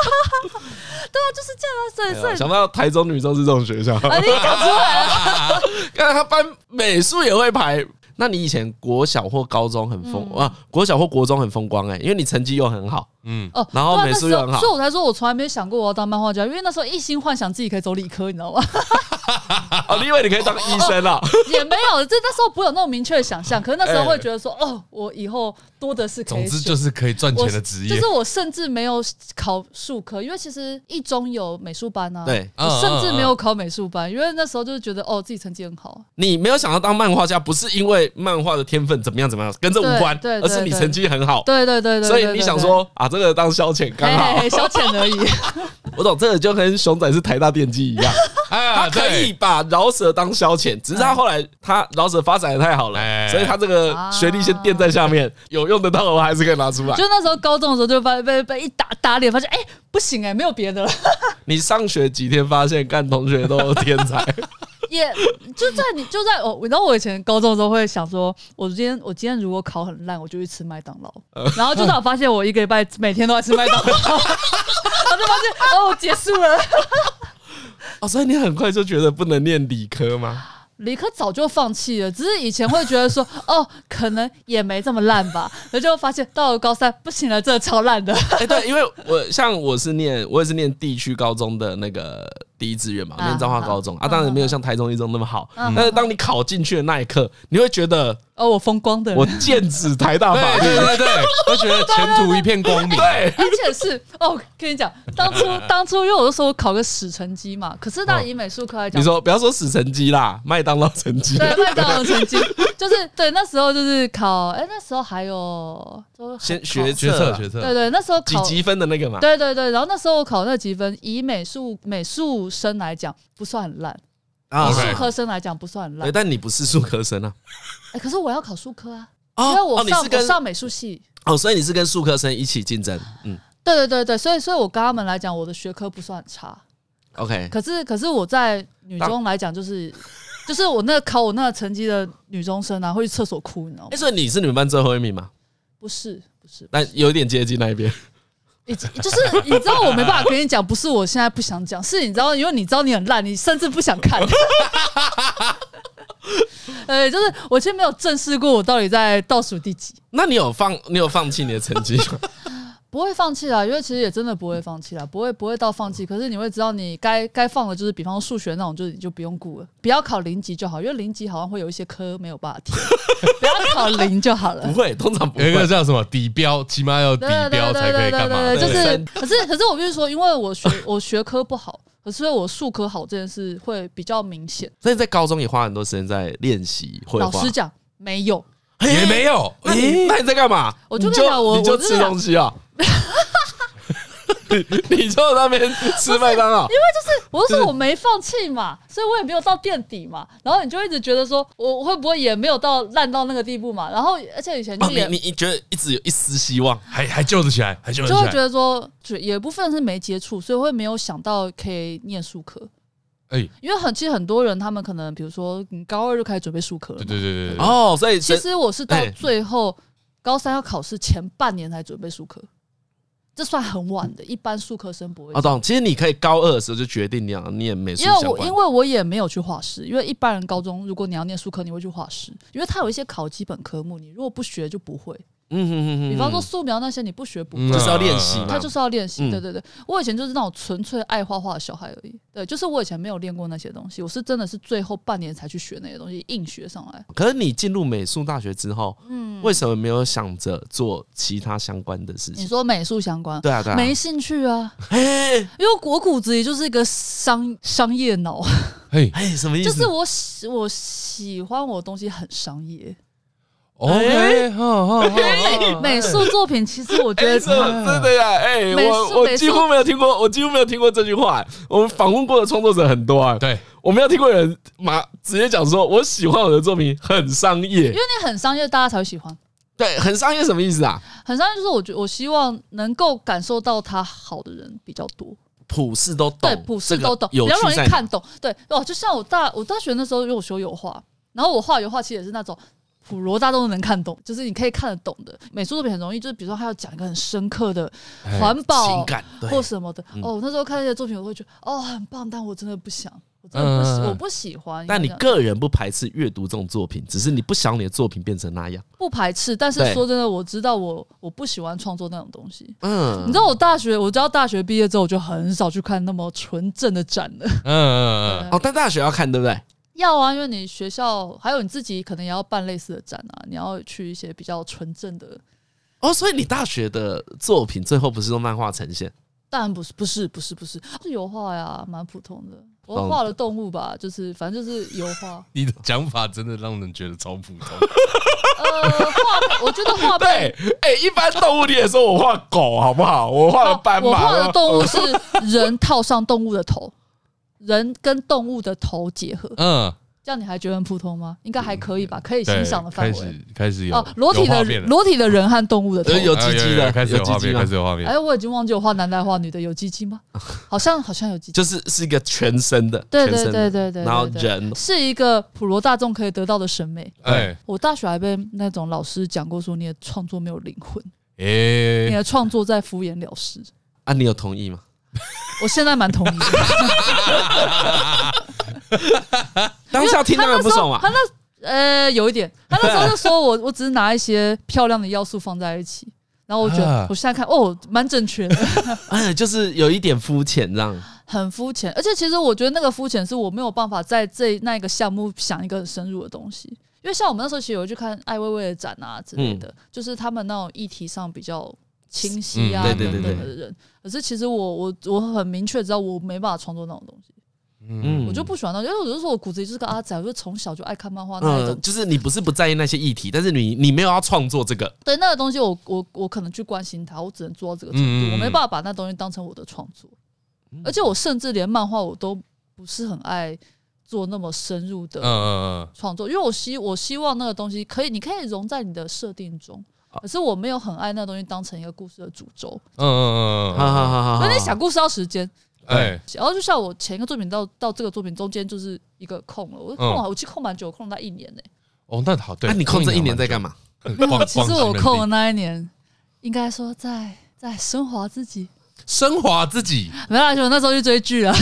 Speaker 4: 就是 这样啊，所以所
Speaker 1: 想不到台中女中是这种学校，
Speaker 4: 以啊，你讲 出来了，
Speaker 1: 看他班美术也会排。那你以前国小或高中很风
Speaker 4: 嗯
Speaker 1: 啊，国小或国中很风光哎，因为你成绩又很 好，
Speaker 2: 嗯，
Speaker 4: 哦，
Speaker 1: 然后
Speaker 4: 对啊
Speaker 1: 美术
Speaker 4: 那时候
Speaker 1: 又很好
Speaker 4: 所以我才说我从来没想过我要当漫画家，因为那时候一心幻想自己可以走理科，你知道吗？
Speaker 1: 哦，你以为你可以当医生啊？
Speaker 4: 也没有，这那时候不会有那种明确的想 象，可是那时候会觉得说，哦，我以后多的是可 以
Speaker 2: 总
Speaker 4: 选。
Speaker 2: 之就是可以赚
Speaker 4: 我
Speaker 2: 钱的职
Speaker 4: 就
Speaker 2: 业
Speaker 4: 是。我甚至没有考数科，因为其实一中有美术班啊，
Speaker 1: 对
Speaker 4: 我
Speaker 2: 嗯
Speaker 4: 甚至没有考美术班，因为那时候就是觉得哦自己成绩很好，
Speaker 1: 你没有想到当漫画家，不是因为漫画的天分怎么样怎么样，跟这无关，
Speaker 4: 对对
Speaker 1: 而
Speaker 4: 对
Speaker 1: 是你成绩很好，
Speaker 4: 对对对对，
Speaker 1: 所以
Speaker 4: 对
Speaker 1: 你想，说啊，这个当消遣
Speaker 4: 对
Speaker 1: 刚
Speaker 4: 对嘿嘿
Speaker 1: 好。
Speaker 4: 嘿消遣而已，
Speaker 1: 我懂，这个就跟熊仔是台大电机一 样，
Speaker 2: 啊
Speaker 1: 他可以，把饶舌当消遣，只是他后来他饶舌发展的太好
Speaker 2: 哎
Speaker 1: 了，所以他这个学历先垫在下面， 有用得到的我还是可以拿出来
Speaker 4: 就。那时候高中的时候就被被被一打打脸，发现哎、不行哎、没有别的了，
Speaker 1: 你上学几天发现，干同学都有天 才，
Speaker 4: 也就在你就在我，然后我以前高中的时候会想说，我今天我今天如果考很烂，我就去吃麦当劳，然后就当我发现我一个礼拜每天都在吃麦当劳，然后就发现哦结束了。
Speaker 1: 哦，所以你很快就觉得不能念理科吗？
Speaker 4: 理科早就放弃了，只是以前会觉得说，哦，可能也没这么烂吧，然后就发现到了高三不行了，真的超烂的。
Speaker 1: 哎、对，因为我像我是念，我也是念地区高中的那个第一志愿嘛，
Speaker 4: 啊
Speaker 1: 念彰化高中啊，当然没有像台中一中那么好，
Speaker 4: 嗯
Speaker 1: 但是当你考进去的那一刻，你会觉得
Speaker 4: 哦，我风光的人
Speaker 1: 我剑指台大
Speaker 2: 对
Speaker 1: 法律，
Speaker 2: 对对 对，我觉得前途一片光明。
Speaker 1: 对，
Speaker 4: 而且是哦，跟你讲，当 初当初因为我就说我考个屎成绩嘛，可是那以美术科来讲，
Speaker 1: 嗯你说不要说死成绩啦，麦当劳成绩，
Speaker 4: 对麦当劳成绩就是对那时候就是考，哎、那时候还有都
Speaker 1: 先
Speaker 4: 考
Speaker 1: 学
Speaker 2: 决
Speaker 1: 测
Speaker 2: 策
Speaker 1: 啦
Speaker 2: 决策，
Speaker 4: 对对，那时候
Speaker 1: 几
Speaker 4: 考
Speaker 1: 积分的那个嘛，
Speaker 4: 对对对，然后那时候我考那几分，以美术美术生来讲不算很烂，
Speaker 1: 啊
Speaker 4: 以
Speaker 2: OK
Speaker 4: 术科生来讲不算很烂
Speaker 1: 对，。但你不是数科生啊，
Speaker 4: 哎、可是我要考数科啊，
Speaker 1: 哦
Speaker 4: 因为我
Speaker 1: 哦你
Speaker 4: 上、
Speaker 1: 是
Speaker 4: 我
Speaker 1: 跟
Speaker 4: 上美术系。
Speaker 1: 哦，所以你是跟数科生一起竞争，嗯
Speaker 4: 对对对对，所以所以我跟他们来讲，我的学科不算很差。
Speaker 1: ，OK，
Speaker 4: 可是可是我在女中来讲， 就是就是我那个考我那个成绩的女中生啊，会去厕所哭，你知道
Speaker 1: 哎，
Speaker 4: 吗？
Speaker 1: 所以你是你们班最后一名嘛？
Speaker 4: 不是不是，
Speaker 1: 但有点接近那一边。
Speaker 4: 已经就是你知道我没办法跟你讲，不是我现在不想讲，是你知道，因为你知道你很烂，你甚至不想 看。呃，就是我其实没有正视过我到底在倒数第几，
Speaker 1: 那你有放你有放弃你的成绩 吗？
Speaker 4: 不会放弃啦，因为其实也真的不会放弃啦，不会不会到放弃。可是你会知道你该该放的，就是比方说数学那种，就是你就不用顾了，不要考零级就好，因为零级好像会有一些科没有办法填， 不要考零就好了
Speaker 1: 不。会，通常不
Speaker 2: 有一个
Speaker 1: 会。
Speaker 2: 叫什么底标，起码要有底
Speaker 4: 对对
Speaker 2: 标
Speaker 4: 对
Speaker 2: 才
Speaker 4: 对
Speaker 2: 可以
Speaker 4: 对
Speaker 2: 干嘛？
Speaker 4: 对对，就
Speaker 1: 对
Speaker 4: 是可是可是我必须说，因为我学我学科不好，可是我数科好这件事会比较明显。
Speaker 1: 所以在高中也花很多时间在练习绘
Speaker 4: 老
Speaker 1: 画
Speaker 4: 实。讲，没有，
Speaker 2: 也没有，
Speaker 1: 那
Speaker 2: 哎
Speaker 1: 你那你在干嘛？
Speaker 4: 我就
Speaker 1: 你
Speaker 4: 跟你讲我
Speaker 1: 你就
Speaker 4: 我真的
Speaker 1: 吃东西啊。 你你就在那边吃麦当劳，
Speaker 4: 我是说我没放弃嘛，所以我也没有到垫底嘛。然后你就一直觉得说，我会不会也没有到烂到那个地步嘛？然后而且以前就
Speaker 1: 哦
Speaker 4: 也、
Speaker 2: 啊
Speaker 1: 你你你觉得一直有一丝希望，
Speaker 2: 还还救得起来，还救得
Speaker 4: 就会觉
Speaker 2: 起来。
Speaker 4: 得说，就有一部分是没接触，所以会没有想到可以念数科。
Speaker 2: 哎，
Speaker 4: 因为很其实很多人他们可能比如说你高二就开始准备数科了
Speaker 2: 对对
Speaker 4: 嘛，
Speaker 2: 对对对，
Speaker 1: 哦，所以
Speaker 4: 其
Speaker 1: 真
Speaker 4: 实我是到
Speaker 1: 哎
Speaker 4: 最后高三要考试前半年才准备数科，这算很晚的，一般数科生不
Speaker 2: 啊
Speaker 4: 会
Speaker 1: 我。啊懂。其实你可以高二的时候就决定你要念美术
Speaker 4: 因为
Speaker 1: 相
Speaker 4: 我
Speaker 1: 关
Speaker 4: 因。为我也没有去画室，因为一般人高中如果你要念数科，你会去画室，因为它有一些考基本科目，你如果不学就不会。
Speaker 1: 嗯哼哼哼，
Speaker 4: 比方说素描那些你不学不会，
Speaker 2: 嗯
Speaker 1: 就是要练习嘛
Speaker 4: 他就是要练习。
Speaker 1: 嗯
Speaker 4: 对对对，我以前就是那种纯粹爱画画的小孩而已。对，就是我以前没有练过那些东西，我是真的是最后半年才去学那些东西，硬学上来。
Speaker 1: 可是你进入美术大学之后，嗯，为什么没有想着做其他相关的事
Speaker 4: 你
Speaker 1: 情？
Speaker 4: 说美术相
Speaker 1: 嗯
Speaker 4: 关，
Speaker 1: 对啊，对啊，
Speaker 4: 没兴趣啊，
Speaker 1: 哎
Speaker 4: 因为我骨子里就是一个商商业 脑，
Speaker 2: 嘿，
Speaker 1: 哎，什么意思？
Speaker 4: 就是我喜我喜欢我的东西很商业。
Speaker 2: 哎 OK，好好好，
Speaker 4: 美术作品其实我觉
Speaker 1: 哎，
Speaker 4: 得
Speaker 1: 这哎真的呀！哎，
Speaker 4: 美术
Speaker 1: 我我
Speaker 4: 美术
Speaker 1: 几乎没有听过，我几乎没有听过这句话。哎我们访问过的创作者很多啊，
Speaker 2: 对，
Speaker 1: 我没有听过有人马直接讲说我喜欢我的作品很商业
Speaker 4: 因为，你很商业，大家才会喜欢。
Speaker 1: 对，很商业什么意思啊？
Speaker 4: 很伤心，就是我觉我希望能够感受到他好的人比较多，
Speaker 1: 普世都懂，
Speaker 4: 对，普世都懂，
Speaker 1: 这个有
Speaker 4: 比较容
Speaker 1: 趣
Speaker 4: 易
Speaker 1: 在哪
Speaker 4: 看懂。对哦，就像我大我大学那时候，因为我学油画，然后我画油画其实也是那种。普罗大众能看懂，就是你可以看得懂的美术作品很容易，就是比如说他要讲一个很深刻的环保
Speaker 1: 哎情感，对
Speaker 4: 或什么的。
Speaker 1: 嗯
Speaker 4: 哦，我那时候看那些作品，我会觉得哦很棒，但我真的不想，我真的不喜，
Speaker 2: 嗯嗯嗯
Speaker 4: 我不喜欢。
Speaker 1: 但你
Speaker 4: 因为这样
Speaker 1: 个人不排斥阅读这种作品，只是你不想你的作品变成那样。
Speaker 4: 不排斥，但是
Speaker 1: 对
Speaker 4: 说真的，我知道我我不喜欢创作那种东西。
Speaker 1: 嗯，
Speaker 4: 你知道我大学，我知道大学毕业之后，我就很少去看那么纯正的展了。
Speaker 2: 嗯嗯嗯。
Speaker 1: 哦，但大学要看对不对？
Speaker 4: 要啊，因为你学校还有你自己可能也要办类似的展啊，你要去一些比较纯正的。
Speaker 1: 哦，所以你大学的作品最后不是用漫画呈现？
Speaker 4: 当然不是，不是，不是，不是，是油画呀，蛮普通的。
Speaker 1: 懂
Speaker 4: 我画了动物吧，就是反正就是油画
Speaker 2: 你的讲法真的让人觉得超普通。
Speaker 4: 呃， 画，我觉得画被，
Speaker 1: 哎、一般动物你也说我画狗好不好？我画
Speaker 4: 我画的动物是人套上动物的头，人跟动物的头结合， 嗯
Speaker 2: 嗯，
Speaker 4: 这样你还觉得很普通吗？应该还可以吧，可以
Speaker 2: 对
Speaker 4: 欣赏的范
Speaker 2: 开
Speaker 4: 围。
Speaker 2: 始开始有
Speaker 4: 哦，裸体
Speaker 2: 有画
Speaker 4: 的
Speaker 2: 面了
Speaker 4: 裸体的人和动物的头
Speaker 1: 呃。有
Speaker 2: 啊
Speaker 1: 鸡鸡
Speaker 2: 有
Speaker 1: 的，
Speaker 2: 开始有
Speaker 1: 鸡
Speaker 2: 画
Speaker 1: 鸡
Speaker 2: 面，
Speaker 1: 吗
Speaker 2: 开始有画面。
Speaker 4: 哎，我已经忘记我画男的还画女的有鸡鸡 吗？好像好像有鸡鸡。
Speaker 1: 就是是一个全身的，
Speaker 4: 对
Speaker 1: 全
Speaker 4: 对
Speaker 1: 身的
Speaker 4: 对对对，
Speaker 1: 然后
Speaker 4: 对对
Speaker 1: 人
Speaker 4: 是一个普罗大众可以得到的审美。
Speaker 2: 哎
Speaker 4: 我大学还被那种老师讲过，说你的创作没有灵魂，你
Speaker 2: 哎，
Speaker 4: 的创作在敷衍了事。
Speaker 1: 啊，你有同意吗？
Speaker 4: 我现在蛮同意的，
Speaker 1: 当下听当然不爽嘛
Speaker 4: 他，那呃有一点，他那时候就说我我只是拿一些漂亮的要素放在一起，然后我觉
Speaker 2: 啊
Speaker 4: 得我现在看哦蛮正确的，
Speaker 1: 哎，就是有一点肤浅这样。
Speaker 4: 很肤浅，而且其实我觉得那个肤浅是我没有办法在这那一个项目想一个很深入的东西，因为像我们那时候其实有去看艾薇薇的展啊之类
Speaker 1: 嗯
Speaker 4: 的，就是他们那种议题上比较清晰啊
Speaker 1: 嗯
Speaker 4: 等
Speaker 1: 对对
Speaker 4: 等
Speaker 1: 对
Speaker 4: 的人，可是其实我我我很明确知道我没办法创作那种东西，
Speaker 2: 嗯
Speaker 1: 嗯，
Speaker 4: 我就不喜欢那种，因为我就说我骨子里就是个阿仔，我就从小就爱看漫画那一种
Speaker 1: 嗯，，就是你不是不在意那些议题，但是你你没有要创作这个，
Speaker 4: 对那个东西我我我可能去关心它，我只能做到这个程度，
Speaker 2: 嗯嗯嗯
Speaker 4: 我没办法把那东西当成我的创作，而且我甚至连漫画我都不是很爱做那么深入的
Speaker 2: 嗯嗯
Speaker 4: 创作，因为我希我希望那个东西可以，你可以融在你的设定中。
Speaker 2: 啊
Speaker 4: 可是我没有很爱那东西当成一个故事的主轴，
Speaker 2: 嗯嗯
Speaker 1: 哈哈哈哈
Speaker 4: 因
Speaker 1: 哈。
Speaker 4: 为你想故事要时间，
Speaker 2: 哎，
Speaker 4: 然后就像我前一个作品到到这个作品中间就是一个空了，我
Speaker 2: 嗯
Speaker 4: 空了，我其实空蛮久，空了大概一年呢、
Speaker 2: 哦，那好，对，
Speaker 1: 啊那你空这一年在干嘛？
Speaker 2: 逛？
Speaker 4: 其实
Speaker 2: 逛
Speaker 4: 我
Speaker 2: 西门
Speaker 4: 空
Speaker 2: 町
Speaker 4: 的那一年，应该说在在升华自己，
Speaker 2: 升华自己
Speaker 4: 没啦，就我那时候去追剧啊。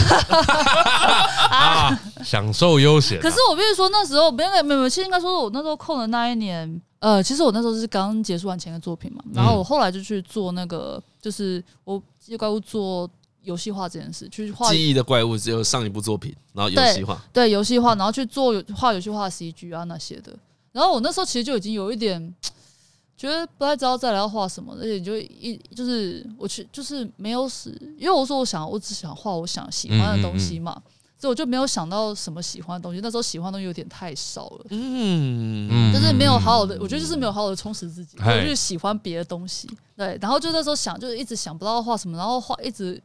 Speaker 2: 啊，享受悠闲啊。
Speaker 4: 可是我必须说，那时候没有没有没有，其实应该说，我那时候空的那一年，呃，其实我那时候是刚结束完前一个作品嘛，然后我后来就去做那个，就是我记怪物做游戏化这件事，去画
Speaker 1: 记忆的怪物只有上一部作品，然后游戏化，
Speaker 4: 对游戏化，然后去做有画游戏化的 CG 啊那些的。然后我那时候其实就已经有一点觉得不太知道再来要画什么，而且就一就是我去就是没有死，因为我说我想我只想画我想喜欢的东西嘛，所以我就没有想到什么喜欢的东西。那时候喜欢的东西有点太少了。
Speaker 1: 嗯
Speaker 2: 嗯
Speaker 4: 就是没有好好的，我觉得就是没有好好的充实自己，
Speaker 2: 嗨
Speaker 4: 我就是喜欢别的东西。对，然后就那时候想，就是一直想不到画什么，然后画一直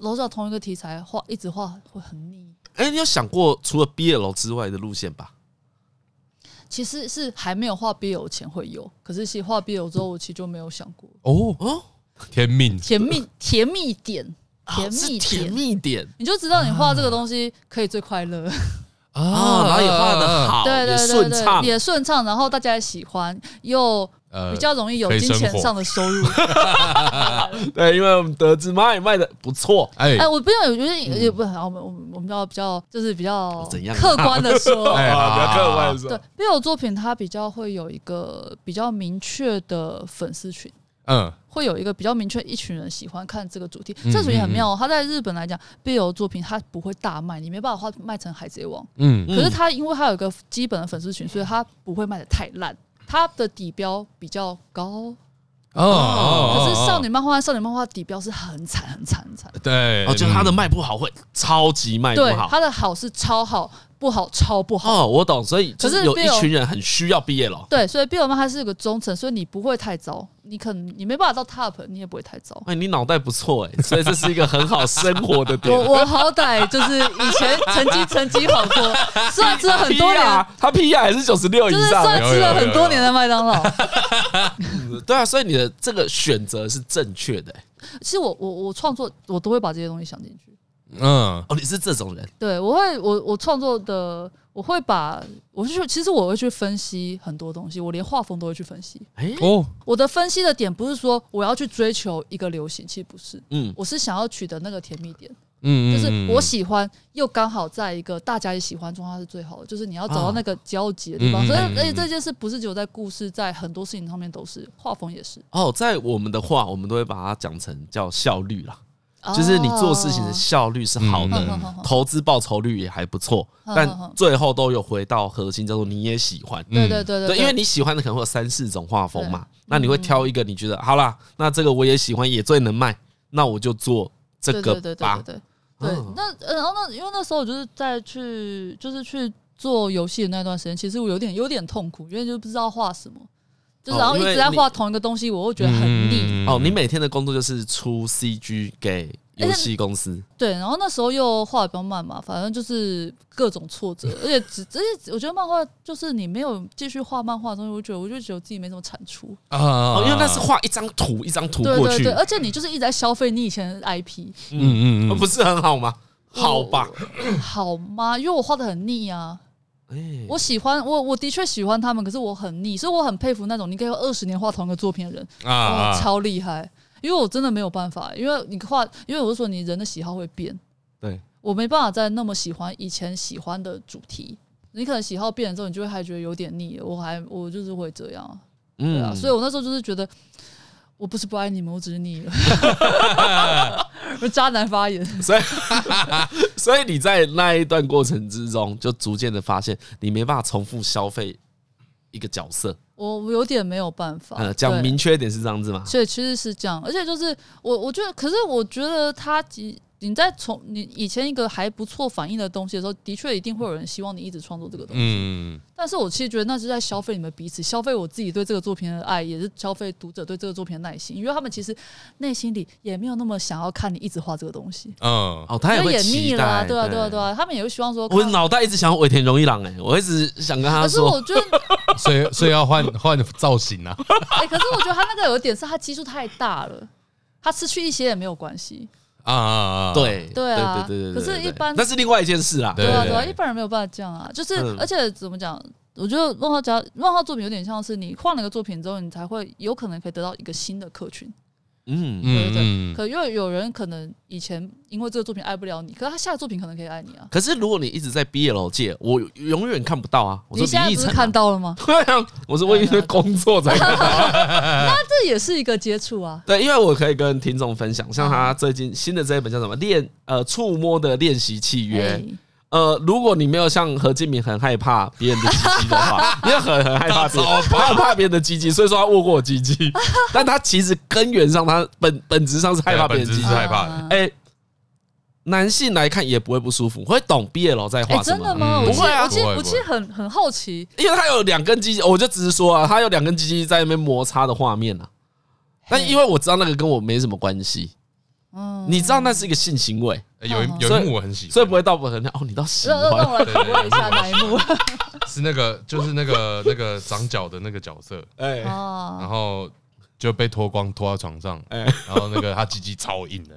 Speaker 4: 楼上同一个题材画，一直画会很腻。
Speaker 1: 哎、你有想过除了 BL 之外的路线吧？
Speaker 4: 其实是还没有画 BL 前会有，可是其实画 BL 之后，我其实就没有想过
Speaker 2: 哦
Speaker 1: 哦，
Speaker 2: 天命
Speaker 4: 甜蜜甜蜜点，
Speaker 1: 啊
Speaker 4: 甜
Speaker 1: 是
Speaker 4: 蜜
Speaker 1: 甜
Speaker 4: 点，
Speaker 1: 蜜点
Speaker 4: 你就知道你画这个东西可以最快乐，哦
Speaker 1: 啊，然后也画的，好，
Speaker 4: 对对
Speaker 1: 也
Speaker 4: 对
Speaker 1: 顺
Speaker 4: 对，
Speaker 1: 畅，
Speaker 4: 也顺畅，然后大家也喜欢，又
Speaker 2: 呃
Speaker 4: 比较容易有
Speaker 2: 可以
Speaker 4: 金
Speaker 2: 生
Speaker 4: 钱
Speaker 2: 活
Speaker 4: 上的收
Speaker 1: 呃
Speaker 4: 入。
Speaker 1: 对，因为我们得知妈也卖的不错，
Speaker 2: 哎
Speaker 4: 哎，我不要，我觉得也也不好，我们我们我们要比较就是比 较
Speaker 1: 怎样啊
Speaker 4: 客观的说，
Speaker 2: 哎
Speaker 1: 啊，
Speaker 2: 好
Speaker 1: 不要客观地
Speaker 4: 对
Speaker 1: 说，
Speaker 4: BL 作品它比较会有一个比较明确的粉丝群。
Speaker 2: 嗯
Speaker 4: 会有一个比较明确，一群人喜欢看这个主题，
Speaker 2: 嗯
Speaker 4: 这个主题很妙、哦。它在日本来讲，BL 作品它不会大卖，你没办法画卖成海贼王。
Speaker 2: 嗯
Speaker 4: 可是它因为它有一个基本的粉丝群，所以它不会卖的太烂。它的底标比较高，
Speaker 2: 哦哦，
Speaker 4: 可是少
Speaker 2: 哦
Speaker 4: 女漫画和少女漫画底标是很惨、很惨、很惨。
Speaker 1: 哦
Speaker 2: 对，嗯
Speaker 1: 哦，就他的卖不好会超级卖不
Speaker 4: 对，
Speaker 1: 好，
Speaker 4: 它的好是超好，不好，超不好。
Speaker 1: 哦，我懂，所以就
Speaker 4: 可
Speaker 1: 是
Speaker 4: 是
Speaker 1: 有一
Speaker 4: Bill-
Speaker 1: 群人很需要毕业了。
Speaker 4: 对，所以 BL 漫它是有个忠诚，所以你不会太糟，你可能你没办法到 top，你也不会太糟。
Speaker 1: 哎，你脑袋不错哎，所以这是一个很好生活 的点
Speaker 4: 我。我好歹就是以前成绩成绩好过，虽然吃了 很多
Speaker 1: P
Speaker 4: 年，
Speaker 1: 啊，他 P 啊还是九十六以
Speaker 4: 就是
Speaker 1: 上
Speaker 4: 虽
Speaker 1: 欸，
Speaker 4: 然吃了很多年的麦当劳。
Speaker 1: 对啊，所以你的这个选择是正确的欸。
Speaker 4: 其实我我我创作我都会把这些东西想进去，
Speaker 2: 嗯，
Speaker 1: 哦，你是这种人，
Speaker 4: 对我会我我创作的我会把我去其实我会去分析很多东西，我连画风都会去分析。
Speaker 1: 哎，
Speaker 2: 哦，
Speaker 4: 我的分析的点不是说我要去追求一个流行，其实不是，
Speaker 1: 嗯，
Speaker 4: 我是想要取得那个甜蜜点。
Speaker 2: 嗯，嗯
Speaker 4: 就是我，喜欢，又刚好在一个大家也喜欢状态是最好的，就是你要找
Speaker 1: 啊
Speaker 4: 到那个交集的地方。
Speaker 2: 嗯
Speaker 4: 所以
Speaker 2: 嗯嗯，
Speaker 4: 而且这件事不是只有在故事，在很多事情上面都是，画风也是，
Speaker 1: 哦，在我们的话，我们都会把它讲成叫效率啦，
Speaker 4: 啊哦
Speaker 1: 就是你做事情的效率是好
Speaker 2: 嗯
Speaker 1: 的，
Speaker 4: 哼哼哼
Speaker 1: 投资报酬率也还不错，
Speaker 4: 嗯
Speaker 1: 但
Speaker 4: 嗯嗯
Speaker 1: 最后都有回到核心，叫做你也喜欢。
Speaker 4: 对对对
Speaker 1: 对，因为你喜欢的可能会有三四种画风嘛，那你会
Speaker 4: 嗯
Speaker 1: 挑一个你觉得好啦，那这个我也喜欢，也最能卖，那我就做这
Speaker 4: 对对
Speaker 1: 个
Speaker 4: 对对
Speaker 1: 吧
Speaker 4: 对。对对
Speaker 1: 嗯
Speaker 4: 那呃然后那因为那时候我就是在去就是去做游戏的那段时间，其实我有点有点痛苦，因为就不知道画什么，就是
Speaker 1: 哦
Speaker 4: 然后
Speaker 1: 因
Speaker 4: 一
Speaker 1: 为
Speaker 4: 直在
Speaker 1: 你
Speaker 4: 画同一个东西，我会觉得
Speaker 2: 嗯
Speaker 4: 很腻。
Speaker 1: 哦，你每天的工作就是出 CG 给游戏公司，
Speaker 4: 对，然后那时候又画的比较慢嘛，反正就是各种挫折，而且只而且我觉得漫画就是你没有继续画漫画的东西，我觉得我就觉得自己没什么产出。
Speaker 2: 啊
Speaker 1: 哦，因为那是画一张图一张图
Speaker 4: 哎对
Speaker 1: 过
Speaker 4: 对
Speaker 1: 去
Speaker 4: 对，，而且你就是一直在消费你以前的 IP，
Speaker 2: 嗯
Speaker 1: 呃不是很好吗？ 好吧，
Speaker 4: 好吗？因为我画的很腻啊。
Speaker 1: 哎，
Speaker 4: 我喜欢我我的确喜欢他们，可是我很腻，所以我很佩服那种你可以二十年画同一个作品的人，哇、
Speaker 2: 啊，
Speaker 4: 超厉害。因为我真的没有办法，因为你画，因为我是说你人的喜好会变，
Speaker 1: 对，
Speaker 4: 我没办法再那么喜欢以前喜欢的主题。你可能喜好变了之后，你就会还觉得有点腻了。我还我就是会这样，对啊。
Speaker 1: 嗯，
Speaker 4: 所以我那时候就是觉得，我不是不爱你们，我只是 腻了。我渣男发言，
Speaker 1: 所以 所以你在那一段过程之中，就逐渐的发现你没办法重复消费一个角色，
Speaker 4: 我我有点没有办法。
Speaker 1: 呃，讲
Speaker 4: 哦对
Speaker 1: 明确一点是这样子嘛？
Speaker 4: 所以其实是这样，而且就是我，我觉得，可是我觉得他你你在从你以前一个还不错反应的东西的时候，的确一定会有人希望你一直创作这个东西。
Speaker 2: 嗯，
Speaker 4: 但是我其实觉得那是在消费你们彼此，消费我自己对这个作品的爱，也是消费读者对这个作品的耐心，因为他们其实内心里也没有那么想要看你一直画这个东西，
Speaker 2: 嗯，
Speaker 1: 哦，他
Speaker 4: 因为
Speaker 1: 会
Speaker 4: 也
Speaker 1: 期
Speaker 4: 腻了、
Speaker 1: 待，
Speaker 4: 对啊，对啊，对。啊，他们也会希望说看，
Speaker 1: 我脑袋一直想要尾田荣一郎，哎，我一直想跟他
Speaker 4: 可是
Speaker 1: 说
Speaker 4: 我，觉得，
Speaker 2: 所以 所以要换换造型啊，
Speaker 4: 哎、可是我觉得他那个有一点是他基数太大了，他失去一些也没有关系。
Speaker 2: 啊啊，
Speaker 1: 对，
Speaker 4: 对啊
Speaker 1: 对对对对对
Speaker 4: 可是
Speaker 1: 对
Speaker 4: 一般
Speaker 1: 那是另外一件事啦，
Speaker 2: 对
Speaker 4: 对啊，
Speaker 2: 对
Speaker 4: 对啊，
Speaker 2: 对
Speaker 4: 一般人没有办法这样啊。就是，
Speaker 1: 嗯
Speaker 4: 而且怎么讲？我觉得漫画家漫画作品有点像是你换了一个作品之后，你才会有可能可以得到一个新的客群。
Speaker 1: 嗯，
Speaker 4: 对对
Speaker 2: 嗯嗯，
Speaker 4: 可因为有人可能以前因为这个作品爱不了你，可是他下个作品可能可以爱你啊。
Speaker 1: 可是如果你一直在 BL 界，我永远看不到啊。我说
Speaker 4: 你现在
Speaker 1: 李奕
Speaker 4: 不是
Speaker 1: 晨啊
Speaker 4: 看到了吗？
Speaker 1: 对啊，我是我因为工作才看到。
Speaker 4: 这也是一个接触啊。
Speaker 1: 对，因为我可以跟听众分享，像他
Speaker 4: 嗯
Speaker 1: 最近新的这一本叫什么练呃触摸的练习契约。
Speaker 4: 哎
Speaker 1: 呃，如果你没有像何敬明很害怕别人的鸡鸡的 话，你也很很害怕别人，他很怕别人的鸡鸡，所以说他握过我鸡鸡，但他其实根源上他本本质上是害怕别人的鸡鸡
Speaker 2: 是本质。害怕的
Speaker 4: 啊
Speaker 1: 哎、男性来看也不会不舒服，会懂 BL 在
Speaker 4: 哎、
Speaker 1: 画什
Speaker 4: 真
Speaker 1: 么。
Speaker 4: 的吗？
Speaker 2: 嗯
Speaker 4: 我其
Speaker 1: 不会啊
Speaker 4: 实
Speaker 2: 不会
Speaker 4: 我其实我其实很很好奇，
Speaker 1: 因为他有两根鸡鸡，我就只是说啊，他有两根鸡鸡在那边摩擦的画面啊。但因为我知道那个跟我没什么关系，
Speaker 4: 嗯，
Speaker 1: 你知道那是一个性行为，
Speaker 2: 有
Speaker 4: 哦
Speaker 2: 一有一幕我很喜欢，
Speaker 1: 所以不会到不很哦，你倒喜
Speaker 4: 让让让
Speaker 1: 欢
Speaker 4: 我来体会一下哪一幕
Speaker 2: 是那个就是那个那个长角的那个角色，
Speaker 1: 哎，
Speaker 2: 然
Speaker 4: 啊？
Speaker 2: 后就被脱光拖到床上，
Speaker 1: 哎
Speaker 2: 然后那个他鸡鸡超硬的，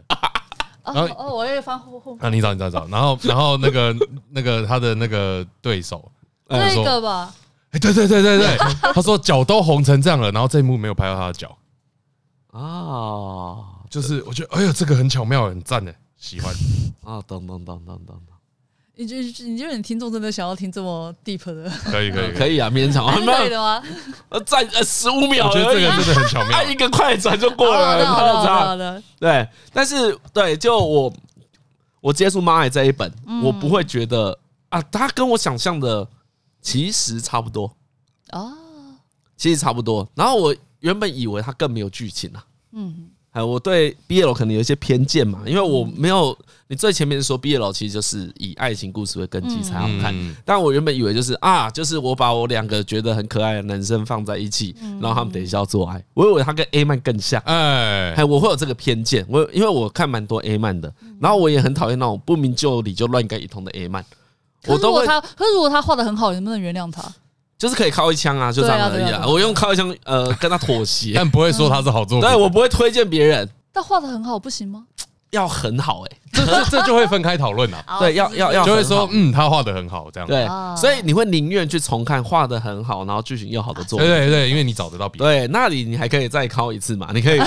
Speaker 4: 哦哦，我也翻后后
Speaker 2: 啊，你找你找你找，然后然后那个那个他的那个对手，
Speaker 4: 这
Speaker 2: 说
Speaker 4: 个吧，
Speaker 2: 哎，对对对对对，他说脚都红成这样了，然后这一幕没有拍到他的脚，
Speaker 1: 啊
Speaker 2: 就是我觉得哎呦这个很巧妙，很赞的，喜欢，
Speaker 1: 啊，懂懂懂懂懂懂，
Speaker 4: 你就你就你听众真的想要听这么 deep 的，
Speaker 2: 可以可以可
Speaker 1: 可
Speaker 2: 以，
Speaker 1: 以啊，勉强啊，
Speaker 4: 还是可以
Speaker 1: 那
Speaker 4: 的吗？
Speaker 1: 呃再呃十五秒
Speaker 2: 我觉得
Speaker 1: 而
Speaker 2: 这
Speaker 1: 已
Speaker 2: 个，真的很巧妙
Speaker 1: 按，一个快转就过
Speaker 4: 好
Speaker 1: 了，
Speaker 4: 的，好的，
Speaker 1: 很
Speaker 4: 好的，好
Speaker 1: 差。
Speaker 4: 的。
Speaker 1: 对，但是对，就我我接触妈爱这一本，我不会觉得啊，它跟我想象的其实差不多。
Speaker 4: 啊，
Speaker 1: 其实差不多。然后我原本以为它更没有剧情啊，
Speaker 4: 嗯，
Speaker 1: 哎，我对 BL 可能有一些偏见嘛，因为我没有你最前面说 BL 其实就是以爱情故事为根基才好看，
Speaker 2: 嗯
Speaker 1: 但我原本以为就是啊，就是我把我两个觉得很可爱的男生放在一起，然后他们等一下要做爱，我以为他跟 A 漫更像。
Speaker 2: 哎
Speaker 1: 哎，，我会有这个偏见，我因为我看蛮多 A 漫的，然后我也很讨厌那种不明就里就乱干一通的 A 漫，
Speaker 4: 可
Speaker 1: 我
Speaker 4: 是如
Speaker 1: 都
Speaker 4: 果
Speaker 1: 会
Speaker 4: 他，可是如果他画的很好，能不能原谅他？
Speaker 1: 就是可以靠一枪啊，就这样而
Speaker 4: 对啊
Speaker 1: 已
Speaker 4: 对啊
Speaker 1: 啊。
Speaker 4: 对啊
Speaker 1: 我用靠一枪呃跟他妥 协，
Speaker 2: 但不会说他是好作品。
Speaker 1: 对我不会推荐别人，
Speaker 4: 但画的很好不行吗？
Speaker 1: 要很好 哎、
Speaker 2: 这这这就会分开 讨论啦，啊
Speaker 4: 哦
Speaker 1: 对，要要要
Speaker 2: 就会
Speaker 1: 很好
Speaker 2: 说嗯，他画的很好，这样。
Speaker 1: 对
Speaker 4: 啊，
Speaker 1: 所以你会宁愿去重看画的很好，然后剧情又好的作
Speaker 2: 对
Speaker 1: 品。
Speaker 2: 对对，因为你找得到别人。
Speaker 1: 对，那里你还可以再敲一次嘛？你可 以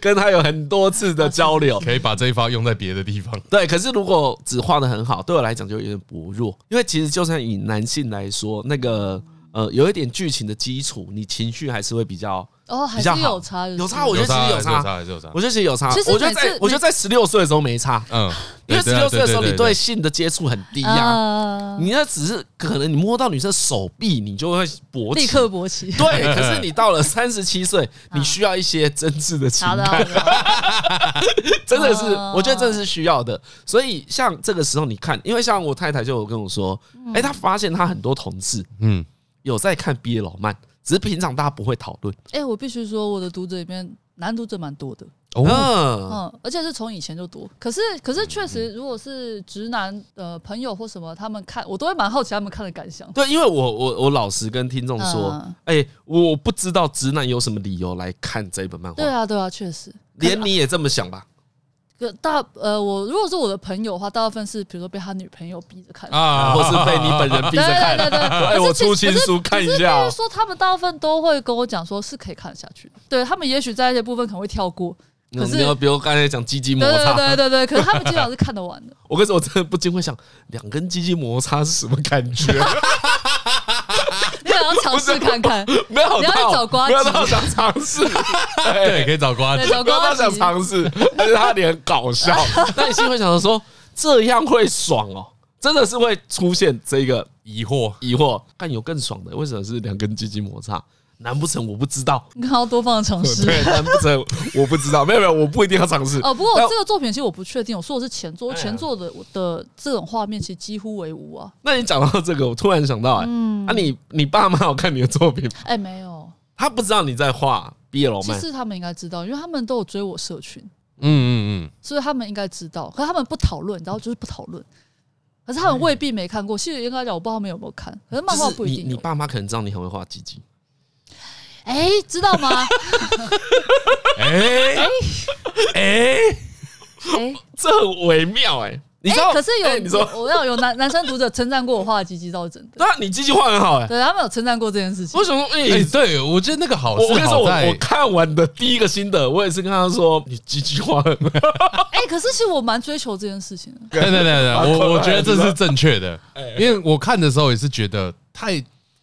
Speaker 1: 跟他有很多次的交流。
Speaker 2: 可以把这一发用在别的地方。
Speaker 1: 对，可是如果只画的很好，对我来讲就有点薄弱，因为其实就算以男性来说，那个呃有一点剧情的基础，你情绪还是会比较
Speaker 4: 哦，还
Speaker 1: 比较
Speaker 4: 是
Speaker 1: 好
Speaker 4: 有差，就是
Speaker 1: 有差。我觉得其实有
Speaker 2: 有差，
Speaker 1: 差，
Speaker 2: 还是有差。
Speaker 1: 我觉得其实有差。
Speaker 4: 其实
Speaker 1: 我觉得
Speaker 4: 每次
Speaker 1: 在我觉得在十六岁的时候没差，
Speaker 2: 嗯，
Speaker 1: 因为十
Speaker 2: 对
Speaker 1: 六岁的时候你对
Speaker 2: 对
Speaker 1: 性的接触很低呀，
Speaker 4: 啊
Speaker 1: 你那只是可能你摸到女生手臂，你就会勃
Speaker 4: 立
Speaker 1: 起。
Speaker 4: 刻勃起。
Speaker 1: 对，可是你到了三十七岁，你需要一些真挚的情
Speaker 4: 好的，好
Speaker 1: 感，
Speaker 4: 的，
Speaker 1: 真的是，
Speaker 4: 啊
Speaker 1: 我觉得真的是需要的。所以像这个时候，你看，因为像我太太就有跟我说，
Speaker 4: 嗯
Speaker 1: 哎，她发现她很多同事
Speaker 2: 嗯，
Speaker 1: 有在看 BL 漫，只是平常大家不会讨论。
Speaker 4: 哎，我必须说，我的读者里面男读者蛮多的，
Speaker 2: 哦，
Speaker 1: 嗯，
Speaker 4: 嗯，而且是从以前就多。可是，可是确实，如果是直男呃朋友或什么，他们看我都会蛮好奇他们看的感想。
Speaker 1: 对，因为我我我老实跟听众说，
Speaker 4: 嗯
Speaker 1: 哎，我不知道直男有什么理由来看这本漫画
Speaker 4: 对，啊，对啊，确实。
Speaker 1: 连你也这么想吧？
Speaker 4: 可大呃，我如果是我的朋友的话，大部分是比如说被他女朋友逼着看，
Speaker 2: 啊
Speaker 1: 或是被你本人逼着看？
Speaker 4: 哦对对 对对
Speaker 1: 哎，我
Speaker 4: 可是
Speaker 1: 出
Speaker 4: 其
Speaker 1: 新书看一下
Speaker 4: 就
Speaker 1: 哦
Speaker 4: 是。说他们大部分都会跟我讲说是可以看得下去的，对他们也许在一些部分可能会跳过，可
Speaker 1: 嗯
Speaker 4: 是
Speaker 1: 你要比如刚才讲鸡鸡摩
Speaker 4: 对对
Speaker 1: 擦，
Speaker 4: 对对对，可是他们基本上是看得完的。
Speaker 1: 我跟你说，我真的不禁会想，两根鸡鸡摩擦是什么感觉？
Speaker 4: 你想要尝试看看，
Speaker 1: 没有到，
Speaker 4: 你要去找瓜
Speaker 1: 没
Speaker 4: 吉
Speaker 1: 有到想尝 试，
Speaker 2: 对，可以找瓜
Speaker 4: 对，
Speaker 2: 子。
Speaker 4: 找
Speaker 1: 没有
Speaker 4: 瓜
Speaker 1: 到
Speaker 4: 子
Speaker 1: 想尝试，但是他脸很搞 笑。但你心里会想着说，这样会爽哦，真的是会出现这个
Speaker 2: 疑惑，
Speaker 1: 疑惑。但有更爽的，为什么是两根鸡鸡摩擦？难不成我不知道？
Speaker 4: 你看要多方的尝试。
Speaker 1: 对，难不成我不知道？没有没有，我不一定要尝试。
Speaker 4: 哦，不过
Speaker 1: 但
Speaker 4: 我这个作品其实我不确定，我说的是前作，前作的我的这种画面其实几乎为无啊。
Speaker 1: 那你讲到这个，我突然想到、哎，
Speaker 4: 嗯
Speaker 1: 啊你，你爸妈有看你的作品吗，
Speaker 4: 哎，没有，
Speaker 1: 他不知道你在画 BL
Speaker 4: 其
Speaker 1: 漫，
Speaker 4: 实他们应该知道，因为他们都有追我社群，
Speaker 2: 嗯嗯
Speaker 4: 所以他们应该知道，可是他们不讨论，你知道，就是不讨论。可是他们未必没看过，其实应该讲我不知道他们有没有看，可是漫画
Speaker 1: 就是
Speaker 4: 不一
Speaker 1: 你
Speaker 4: 定
Speaker 1: 你
Speaker 4: 有。
Speaker 1: 爸妈可能知道你很会画鸡鸡，
Speaker 4: 哎、知道吗？
Speaker 2: 嗯，哎哎，
Speaker 4: 哎、
Speaker 1: 这很微妙哎、你知道？
Speaker 4: 可是有、
Speaker 1: 哎你说，
Speaker 4: 我要有男男生读者称赞过我画的鸡鸡倒是真的，
Speaker 1: 对啊，你鸡鸡画很好哎、
Speaker 4: 对他们有称赞过这件事情
Speaker 1: 我。想说，哎、
Speaker 2: 哎，对，我觉得那个好
Speaker 1: 我我
Speaker 2: 是
Speaker 1: 跟你说，
Speaker 2: 好
Speaker 1: 我
Speaker 2: 在
Speaker 1: 我看完的第一个心得，我也是跟他说，你鸡鸡画很好。
Speaker 4: 哎、可是其实我蛮追求这件事情的。
Speaker 2: 对对对 对，我我觉得这是正确的，
Speaker 1: 哎
Speaker 2: 因为我看的时候也是觉得太，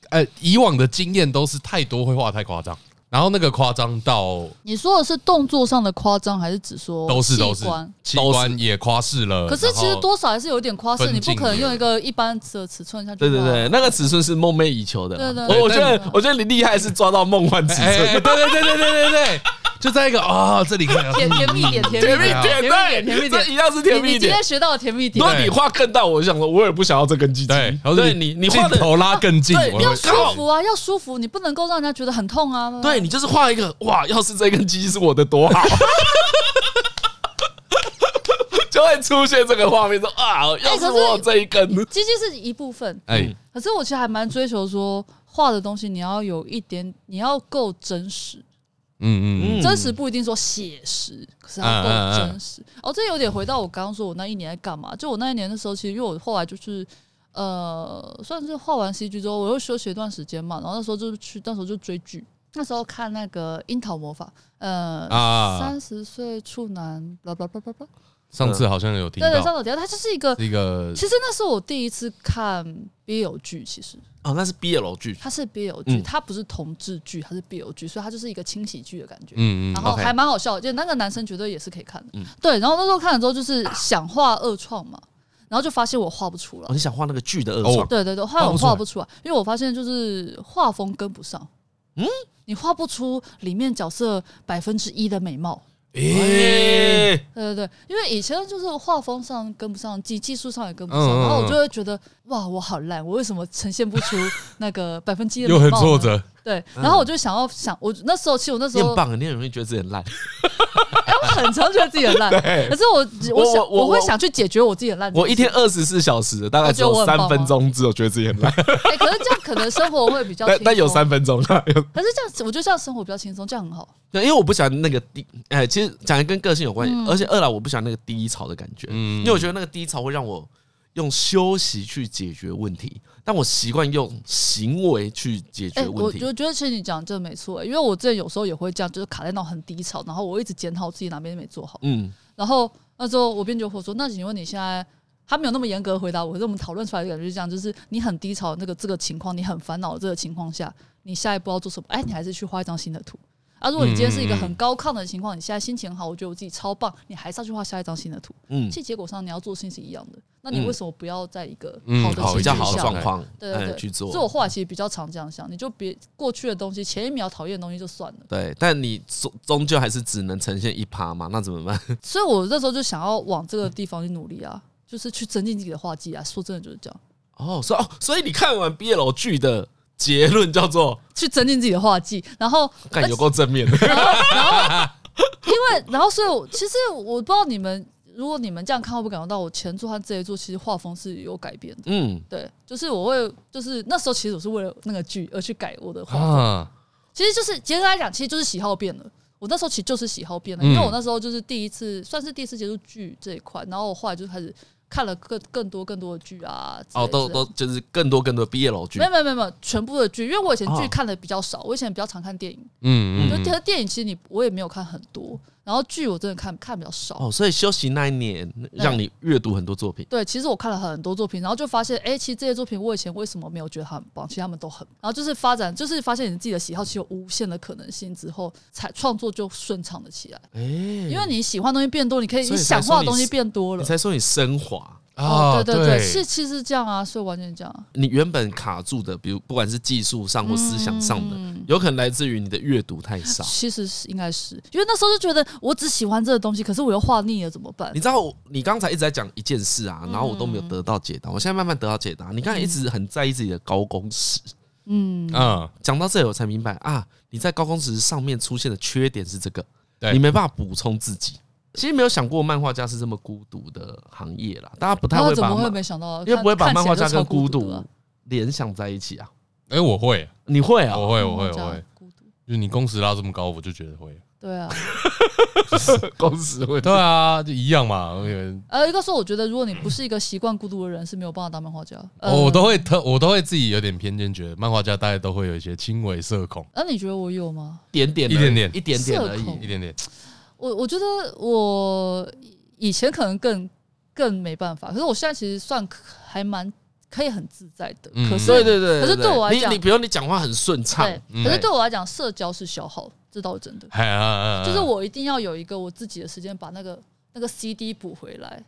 Speaker 2: 呃，以往的经验都是太多绘画太夸张，然后那个夸张到
Speaker 4: 你说的是动作上的夸张，还是只说
Speaker 2: 都是
Speaker 4: 哦器
Speaker 2: 都是
Speaker 4: 官
Speaker 2: 器官也夸饰了，
Speaker 4: 可是其实
Speaker 2: 然后
Speaker 4: 多少还是有点夸饰，
Speaker 2: 分
Speaker 4: 你不可能
Speaker 2: 镜
Speaker 4: 用一个一般的尺寸下去。
Speaker 1: 对对，对，那个尺寸是梦寐以求的啦。
Speaker 4: 对对
Speaker 1: 我我觉
Speaker 2: 对
Speaker 1: 得
Speaker 4: 但，
Speaker 1: 我觉得你厉害是抓到梦幻尺
Speaker 2: 哎，哎哎
Speaker 1: 寸。
Speaker 2: 对对对对对对对，就在一个啊，这里可以啊
Speaker 4: 甜甜蜜点，甜
Speaker 1: 甜
Speaker 4: 蜜
Speaker 1: 蜜
Speaker 4: 点，
Speaker 1: 点，
Speaker 4: 甜蜜点，甜蜜
Speaker 1: 对，
Speaker 4: 点
Speaker 1: 这一样是甜
Speaker 4: 你
Speaker 1: 蜜
Speaker 4: 你今
Speaker 1: 点
Speaker 4: 天。学到的甜蜜点
Speaker 1: 如，果你画更大，我就想说，我也不想要这根鸡鸡
Speaker 2: 对，然。后
Speaker 1: 对你，你画
Speaker 2: 镜
Speaker 1: 的，
Speaker 2: 头拉更近，
Speaker 1: 对
Speaker 2: 我
Speaker 4: 要
Speaker 2: 会
Speaker 4: 舒服啊，要舒服，你不能够让人家觉得很痛啊。
Speaker 1: 对你就是画一个，哇，要是这根鸡鸡是我的多好。 就会出现这个画面，说啊，要是
Speaker 4: 哎可是
Speaker 1: 我有这一根，
Speaker 4: 鸡鸡是一部分，
Speaker 1: 嗯
Speaker 2: 哎，
Speaker 4: 可是我其实还蛮追求说画的东西，你要有一点，你要够真实。
Speaker 2: 嗯嗯
Speaker 1: 嗯
Speaker 4: 真实不一定说写实，可是它够真
Speaker 2: 嗯
Speaker 4: 实。哦，这有点回到我刚刚说我那一年在干嘛。就我那一年的时候，其实因为我后来就是呃，算是画完 CG 之后，我又休息一段时间嘛。然后那时候就是去，那时候就追剧。那时候看那个《樱桃魔法》，
Speaker 2: 嗯
Speaker 4: 呃，
Speaker 2: 啊，
Speaker 4: 三十岁处男，blah blah blah blah blah，
Speaker 2: 上次好像有听
Speaker 4: 对对，上
Speaker 2: 到
Speaker 4: 手底下，它就是一个。
Speaker 2: 这个
Speaker 4: 其实那是我第一次看 BL 剧，其实
Speaker 1: 哦，那是 BL 剧，
Speaker 4: 它是 BL 剧，
Speaker 1: 嗯
Speaker 4: 它不是同志剧，它是 BL 剧，所以它就是一个轻喜剧的感觉。
Speaker 2: 嗯嗯
Speaker 4: 然后
Speaker 1: OK
Speaker 4: 还蛮好笑的，就那个男生绝对也是可以看的。对，然后那时候看了之后，就是想画二创嘛，然后就发现我画不出来
Speaker 1: 哦，。你想画那个剧的二
Speaker 2: 哦
Speaker 1: 创，
Speaker 4: 对对对，后来
Speaker 2: 画
Speaker 4: 我
Speaker 2: 不出来
Speaker 4: 画不出来，因为我发现就是画风跟不上，
Speaker 2: 嗯
Speaker 4: 你画不出里面角色百分之一的美貌。哎
Speaker 1: 哎
Speaker 2: 诶、
Speaker 4: 对对对，因为以前就是画风上跟不上，技技术上也跟不上，
Speaker 2: 嗯嗯嗯
Speaker 4: 然后我就会觉得哇，我好烂，我为什么呈现不出那个百分之一 的
Speaker 2: 又很
Speaker 4: 美貌呢
Speaker 2: 挫。折。嗯
Speaker 4: 对，然后我就想要想，我那时候其实我那时
Speaker 1: 你
Speaker 4: 候
Speaker 1: 很棒，欸你很容易觉得自己很烂。
Speaker 4: 很常觉得自己很烂，可是我
Speaker 1: 我
Speaker 4: 我想
Speaker 1: 我我
Speaker 4: 我会想去解决我自己的烂。
Speaker 1: 我一天二十四小时，大概只
Speaker 4: 我觉
Speaker 1: 有
Speaker 4: 得我很棒
Speaker 1: 三
Speaker 4: 啊
Speaker 1: 分钟只有觉得自己很烂，
Speaker 4: 哎、可是这样可能生活会比较轻
Speaker 1: 但
Speaker 4: 松。
Speaker 1: 但有，三分钟啦。有
Speaker 4: 可是这样子我觉得这样生活比较轻松，这样很好。
Speaker 1: 对，因为我不喜欢那个低，哎，其实讲的跟个性有关
Speaker 4: 嗯
Speaker 1: 系，而且二来我不喜欢那个低潮的感觉，
Speaker 2: 嗯
Speaker 1: 因为我觉得那个低潮会让我用休息去解决问题，但我习惯用行为去解
Speaker 4: 哎、
Speaker 1: 决问
Speaker 4: 我
Speaker 1: 题。
Speaker 4: 就觉得其实你讲得真的没错、因为我之前有时候也会这样，就是卡在那种很低潮，然后我一直检讨自己哪边没做好。
Speaker 1: 嗯，
Speaker 4: 然后那时候我编辑就和我说：“那请问你现在？”他没有那么严格地回答我，可是我们讨论出来的感觉是这样：就是你很低潮的那个这个情况，你很烦恼的这个情况下，你下一步要做什么？哎，你还是去画一张新的图。啊，如果你今天是一个很高亢的情况，你现在心情很好，我觉得我自己超棒，你还是要去画下一张新的图。
Speaker 1: 嗯
Speaker 4: 其实结果上你要做的事情是一样的，那你为什么不要在一个
Speaker 2: 嗯
Speaker 4: 好的
Speaker 2: 好
Speaker 1: 比
Speaker 4: 情绪
Speaker 1: 较
Speaker 4: 下？
Speaker 1: 好的状况，
Speaker 4: 对对
Speaker 1: 哎
Speaker 4: 对，
Speaker 1: 去做。
Speaker 4: 所以我后来其实比较常这样想，你就别过去的东西，前一秒讨厌的东西就算了。
Speaker 1: 对，但你终终究还是只能呈现一趴嘛，那怎么办？
Speaker 4: 所以我那时候就想要往这个地方去努力啊，就是去增进自己的画技啊。说真的就是这样，
Speaker 1: 哦，所以哦，所以你看完 BL 剧的结论叫做
Speaker 4: 去增进自己的画技，然后
Speaker 1: “干有够正面的
Speaker 4: 然后然后因为然后所以我其实我不知道你们，如果你们这样看会不会感觉到我前作和这一作其实画风是有改变的”。。
Speaker 1: 嗯，
Speaker 4: 对，就是我会，就是那时候其实我是为了那个剧而去改我的画风。
Speaker 2: 啊，
Speaker 4: 其实就是结论来讲，其实就是喜好变了。我那时候其实就是喜好变了，因为
Speaker 2: 嗯
Speaker 4: 我那时候就是第一次，算是第一次接触剧这一块，然后我后来就开始看了更更多更多的剧啊，之类
Speaker 1: 哦，都
Speaker 4: 之类
Speaker 1: 都就是更多更多的 BL 剧
Speaker 4: 没有没有没有没有全部的剧，因为我以前
Speaker 1: 哦
Speaker 4: 剧看的比较少，我以前比较常看电影，
Speaker 2: 嗯
Speaker 4: 就
Speaker 2: 嗯，
Speaker 4: 其实电影其实你我也没有看很多，然后剧我真的看看比较少。
Speaker 1: 哦，所以休息那一年让你阅读很多作品。
Speaker 4: 对，其实我看了很多作品，然后就发现，哎、其实这些作品我以前为什么没有觉得它很棒？其实他们都很棒，然后就是发展，就是发现你自己的喜好其实有无限的可能性之后，才创作就顺畅了起来。
Speaker 1: 哎、
Speaker 4: 因为你喜欢的东西变多，你可以
Speaker 1: 所
Speaker 4: 你
Speaker 1: 以才
Speaker 4: 想画
Speaker 1: 说
Speaker 4: 的
Speaker 1: 你
Speaker 4: 东西
Speaker 1: 是
Speaker 4: 变多
Speaker 1: 你
Speaker 4: 了。
Speaker 1: 才啊说你升华，
Speaker 4: 哦，对
Speaker 2: 啊对
Speaker 4: 对，是其实这样啊，所以完全这样。
Speaker 1: 你原本卡住的，比如不管是技术上或思想上的，有可能来自于你的阅读太少。
Speaker 4: 其实嗯是应该是因为那时候就觉得我只喜欢这个东西，可是我又画腻了怎么办
Speaker 1: 你？知道我，你刚才一直在讲一件事啊，
Speaker 4: 嗯
Speaker 1: 然后我都没有得到解答，我现在慢慢得到解答。你刚才一直很在意自己的高工时，
Speaker 4: 嗯，
Speaker 2: 嗯，
Speaker 1: 讲到这里我才明白啊，你在高工时上面出现的缺点是这个，
Speaker 2: 对
Speaker 1: 你没办法补充自己。其实没有想过漫画家是这么孤独的行业啦，大家不太
Speaker 4: 然后
Speaker 1: 会
Speaker 4: 怎
Speaker 1: 把
Speaker 4: 么会
Speaker 1: 漫，
Speaker 4: 没想到？
Speaker 1: 因为不会把
Speaker 4: 看
Speaker 1: 漫画
Speaker 4: 看
Speaker 1: 家
Speaker 4: 起来
Speaker 1: 跟
Speaker 4: 就超孤
Speaker 1: 独
Speaker 4: 啊
Speaker 1: 联想在一起啊。
Speaker 2: 哎，我会，
Speaker 1: 你会啊？
Speaker 2: 我会，我会，
Speaker 4: 漫画家
Speaker 2: 我会。
Speaker 4: 孤独。
Speaker 2: 就是你工时拉这么高，我就觉得会。
Speaker 4: 对啊，
Speaker 1: 工时会
Speaker 2: 对啊，就一样嘛。我以为
Speaker 4: 呃，一个说我觉得如果你不是一个习惯孤独的人，是没有办法当漫画家。呃、
Speaker 2: 哦我都会特，我都会自己有点偏见，觉得漫画家大概都会有一些轻微社恐，
Speaker 4: 那、你觉得我有吗？
Speaker 1: 点点而已，
Speaker 2: 一点点
Speaker 1: 一点点而
Speaker 4: 社恐
Speaker 1: 已。
Speaker 2: 一点点。
Speaker 4: 我我觉得我以前可能更更没办法，可是我现在其实算可还蛮可以很自在的。
Speaker 2: 嗯
Speaker 4: 可是
Speaker 1: 对对对，
Speaker 4: 可是对我来讲
Speaker 1: 你你比如你讲话很顺畅，
Speaker 4: 对，
Speaker 2: 嗯
Speaker 4: 可是对我来讲，社交是消耗，这倒是真的。
Speaker 2: 哎啊啊啊
Speaker 4: 就是我一定要有一个我自己的时间，把那个那个 CD 补回来。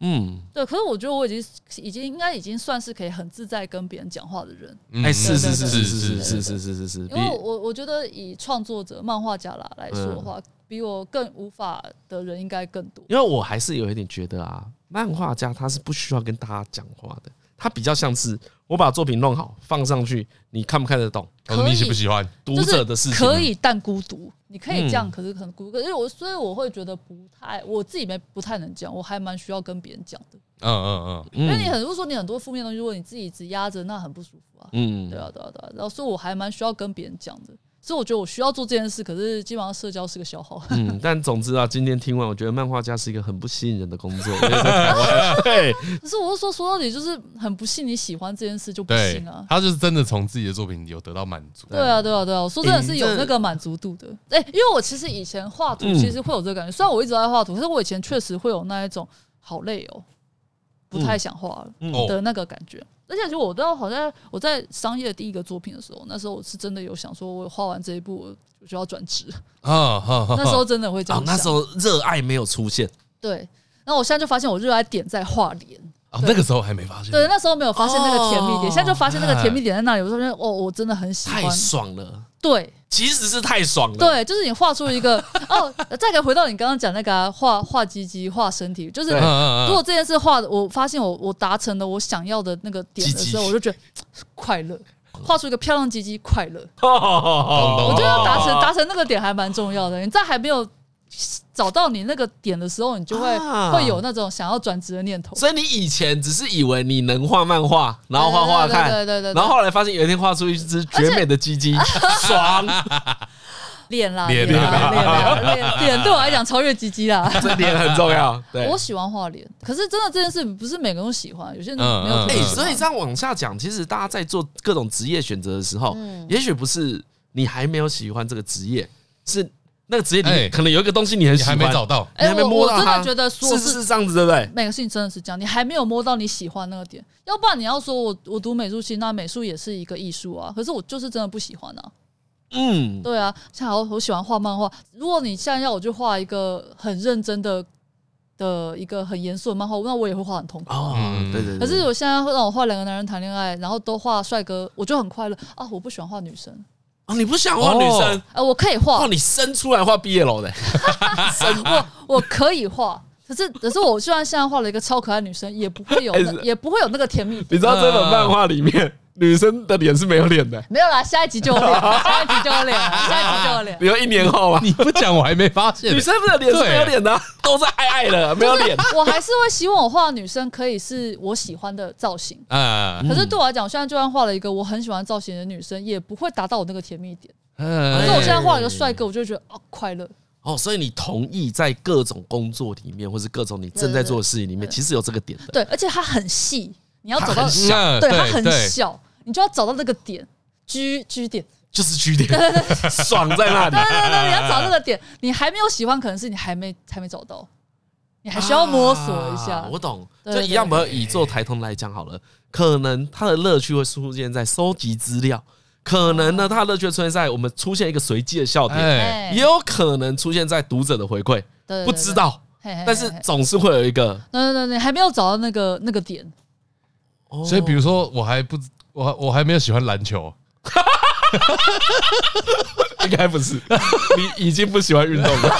Speaker 1: 嗯，
Speaker 4: 对，可是我觉得我已经已经应该已经算是可以很自在跟别人讲话的人，
Speaker 1: 哎，
Speaker 2: 嗯
Speaker 1: 是是
Speaker 4: 对
Speaker 1: 是是是
Speaker 2: 对
Speaker 4: 对
Speaker 2: 对
Speaker 1: 是
Speaker 2: 对
Speaker 1: 是是是是是，
Speaker 4: 因为我我觉得以创作者、漫画家啦来说的
Speaker 1: 嗯
Speaker 4: 话，比我更无法的人应该更多。
Speaker 1: 因为我还是有一点觉得啊，漫画家他是不需要跟大家讲话的，他比较像是我把作品弄好放上去，你看不看得懂
Speaker 2: 我哦说你喜不喜欢？
Speaker 1: 读者的事情？啊嗯
Speaker 4: 可以，但孤独，你可以这样，可是很孤独。因为我所以我会觉得不太，我自己没不太能讲，我还蛮需要跟别人讲的。
Speaker 2: 嗯嗯
Speaker 1: 嗯
Speaker 4: 因为你很，如果说你很多负面的东西，如果你自己一直压着，那很不舒服啊。
Speaker 1: 嗯
Speaker 4: 对啊，对啊，对啊。然后所以我还蛮需要跟别人讲的，所以我觉得我需要做这件事，可是基本上社交是个消耗。
Speaker 1: 嗯，但总之啊，今天听完，我觉得漫画家是一个很不吸引人的工作。因为在台湾对，
Speaker 4: 可是我就说说到底，就是很不信你喜欢这件事就
Speaker 2: 嗯，
Speaker 4: 不
Speaker 2: 对
Speaker 4: 行啊，。
Speaker 2: 他就是真的从自己的作品有得到满足。
Speaker 4: 对啊，对啊，对啊，我说真的是有那个满足度的。哎、因为我其实以前画图，
Speaker 1: 嗯
Speaker 4: 其实会有这个感觉。虽然我一直都在画图，可是我以前确实会有那一种好累哦，不太想画了
Speaker 1: 嗯
Speaker 2: 哦
Speaker 4: 的那个感觉。而且其实我到好像我在商业第一个作品的时候，那时候我是真的有想说，我画完这一部我就要 转职。
Speaker 2: 啊哈哈
Speaker 4: 那时候真的会这
Speaker 1: 哦
Speaker 4: 样，想。
Speaker 1: 那时候热爱没有出现，
Speaker 4: 对。然后我现在就发现，我热爱点在画脸。
Speaker 2: 啊，那个时候还没发现。
Speaker 4: 对，那时候没有发现那个甜蜜
Speaker 1: 哦
Speaker 4: 点，现在就发现那个甜蜜点在那里。我说，哦，我真的很喜欢
Speaker 1: 太。爽了。
Speaker 4: 对
Speaker 1: 其实是太爽了。，
Speaker 4: 对，就是你画出一个 哦，再给回到你刚刚讲那个啊画画鸡鸡、画身体，就是
Speaker 1: 对
Speaker 2: 嗯嗯嗯
Speaker 4: 如果这件事画的，我发现我我达成了我想要的那个点的
Speaker 1: 鸡鸡
Speaker 4: 时候，我就觉得呃快乐，画出一个漂亮鸡鸡，快乐。
Speaker 1: 哦
Speaker 2: 懂
Speaker 4: 我
Speaker 1: 我
Speaker 4: 觉得要达成
Speaker 1: 成
Speaker 4: 达成那个点还蛮重要的。你在还没有找到你那个点的时候，你就会、
Speaker 1: 啊
Speaker 4: 会有那种想要转职的念头。
Speaker 1: 所以你以前只是以为你能画漫画，然后画画看，
Speaker 4: 对对对对对对
Speaker 1: 然后后来发现有一天画出一只绝美的鸡鸡， 爽！
Speaker 4: 脸啦，
Speaker 2: 脸
Speaker 4: 啦，
Speaker 2: 啦
Speaker 4: 脸啦，脸脸对我来讲超越鸡鸡啦。
Speaker 1: 这点很重要。对
Speaker 4: 我，喜欢画脸，可是真的这件事不是每个人都喜欢，有些人
Speaker 2: 嗯
Speaker 4: 没
Speaker 2: 嗯
Speaker 4: 有特
Speaker 1: 哎、
Speaker 4: 别喜欢。
Speaker 1: 所以这样往下讲，其实大家在做各种职业选择的时候，
Speaker 4: 嗯
Speaker 1: 也许不是你还没有喜欢这个职业，是那个职业
Speaker 2: 哎
Speaker 1: 你可能有一个东西你很
Speaker 2: 你
Speaker 1: 喜
Speaker 2: 还
Speaker 1: 欢，
Speaker 2: 没找到，
Speaker 1: 你
Speaker 4: 哎、
Speaker 1: 还没
Speaker 4: 我
Speaker 1: 摸
Speaker 4: 我
Speaker 1: 到
Speaker 4: 真
Speaker 1: 它，
Speaker 4: 的觉得
Speaker 1: 是
Speaker 4: 说
Speaker 1: 是是这样子，对不对？
Speaker 4: 每个事情真的是这样，你还没有摸到你喜欢那个点，要不然你要说我我读美术系，那美术也是一个艺术啊，可是我就是真的不喜欢啊。
Speaker 1: 嗯，
Speaker 4: 对啊，像我我喜欢画漫画，如果你现在要我去画一个很认真的的一个很严肃的漫画，那我也会画很痛苦。
Speaker 1: 哦，
Speaker 2: 嗯
Speaker 1: 对对对。
Speaker 4: 可是我现在让我画两个男人谈恋爱，然后都画帅哥，我就很快乐啊！我不喜欢画女生，
Speaker 1: 哦，你不想画女生，
Speaker 4: 呃，我可以
Speaker 1: 哦，嗯
Speaker 4: 画，
Speaker 1: 你生出来画 BL 的，
Speaker 4: 我可以画，可是可是我虽然现在画了一个超可爱女生，也不会有那
Speaker 1: 哎是
Speaker 4: 也不会有那个甜蜜
Speaker 1: 你
Speaker 4: 点
Speaker 1: 知道这本漫画里面女生的脸是没有脸的，
Speaker 4: 没有啦，下一集就有脸，下一集就有脸，下一集就有脸。
Speaker 1: 比如一年后吧，
Speaker 2: 你不讲我还没发现
Speaker 1: 女。生的脸是没有脸的啊，都在爱爱的，没有脸。
Speaker 4: 我还是会希望我画的女生可以是我喜欢的造型，
Speaker 2: 嗯
Speaker 4: 可是对我来讲，我现在就算画了一个我很喜欢造型的女生，也不会达到我那个甜蜜点。
Speaker 2: 嗯
Speaker 4: 可
Speaker 1: 哎
Speaker 4: 是我现在画了一个帅哥，我就会觉得哦快乐。
Speaker 1: 哦，所以你同意在各种工作里面，或是各种你正在做的事情里面，其实有这个点的。
Speaker 4: 对，而且它很细，你要找
Speaker 1: 它
Speaker 4: 到
Speaker 1: 很，小
Speaker 2: 嗯
Speaker 4: 对它很
Speaker 2: 对
Speaker 4: 小，你就要找到那个点居居点。
Speaker 1: 就是据 点，爽在那里
Speaker 4: 对。对对，你要找到那个点，你还没有喜欢，可能是你还没还没找到，你还需要摸索一下
Speaker 1: 啊。我懂，
Speaker 4: 对
Speaker 1: 就
Speaker 4: 对
Speaker 1: 一样，我以做台通来讲好了，可能它的乐趣会出现在收集资料，可能呢，它的乐趣会出现在我们出现一个随机的笑点，
Speaker 2: 哎，
Speaker 4: 哎
Speaker 1: 也有可能出现在读者的回馈，
Speaker 4: 对
Speaker 1: 不知，道，
Speaker 4: 对对嘿嘿嘿
Speaker 1: 但是
Speaker 4: 嘿
Speaker 1: 总是会有一个。
Speaker 4: 对对对，你还没有找到那个那个点，
Speaker 1: 哦
Speaker 2: 所以比如说我还不我还我还没有喜欢篮 球，
Speaker 1: 应该不是，你已经不喜欢运动 了。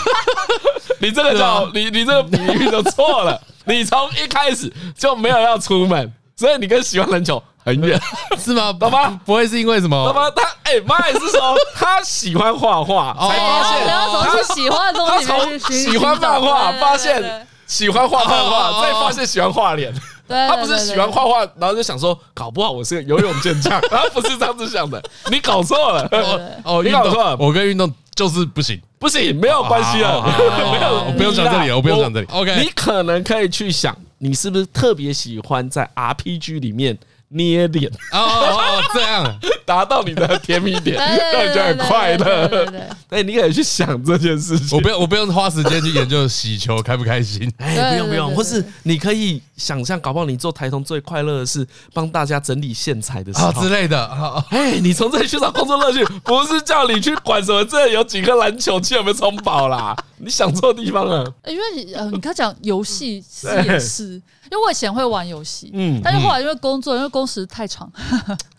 Speaker 1: 你这个
Speaker 4: 啊
Speaker 1: 叫你你这个比喻就错了。你从一开始就没有要出门，所以你跟喜欢篮球很远。
Speaker 2: 是吗？
Speaker 1: 懂吗
Speaker 2: 不会是因为什
Speaker 1: 那
Speaker 2: 么？
Speaker 1: 么他哎妈也是 说他喜欢画画，
Speaker 2: 哦
Speaker 1: 才
Speaker 4: 哎
Speaker 1: 哦发现
Speaker 4: 然后从
Speaker 1: 他
Speaker 4: 去喜欢的东
Speaker 1: 他
Speaker 4: 西里
Speaker 1: 从
Speaker 4: 面去寻
Speaker 1: 喜欢漫画
Speaker 4: 寻找
Speaker 1: 发
Speaker 4: 对对对
Speaker 1: 现喜欢画漫
Speaker 2: 哦哦哦
Speaker 1: 画，再发现喜欢画脸。
Speaker 4: 对
Speaker 1: 他不是喜欢。
Speaker 4: 对对对对
Speaker 1: 画画，然后就想说搞不好我是个游泳健将， 他不是这样子想的，你搞错 了。
Speaker 2: 哦哦，
Speaker 1: 你
Speaker 2: 运
Speaker 1: 搞错了
Speaker 2: 动，我跟运动就是不行。
Speaker 1: 不行，没有关系
Speaker 2: 好
Speaker 1: 了，
Speaker 2: 好好好
Speaker 1: 没有
Speaker 2: 我不用讲这里了我不用讲这里
Speaker 1: 我
Speaker 2: OK
Speaker 1: 你可能可以去想，你是不是特别喜欢在 RPG 里面捏脸，
Speaker 2: 哦哦哦，这 样，
Speaker 1: 达到你的甜蜜点，
Speaker 4: 对对
Speaker 1: 让
Speaker 4: 对
Speaker 1: 你觉得很快
Speaker 4: 对对对对
Speaker 1: 乐。
Speaker 4: 对
Speaker 1: 哎，你可以去想这件事情。
Speaker 2: 我不用我不用花时间去研究洗球开不开心。
Speaker 1: 哎，不
Speaker 4: 对对
Speaker 1: 用不
Speaker 4: 对
Speaker 1: 用，
Speaker 4: 对
Speaker 1: 或是你可以想象，搞不好你做台通最快乐的是帮大家整理线材的时
Speaker 2: 啊、
Speaker 1: 候
Speaker 2: 之。类的，啊、啊
Speaker 1: 哎，你从这里去找工作乐趣，不是叫你去管什么这有几颗篮球去有没有充饱啦，你想错地方了。
Speaker 4: 因为你呃，你刚讲游戏是也是，因为我以前会玩游戏，
Speaker 1: 嗯
Speaker 4: 但是后来因为工作，因为工时太长，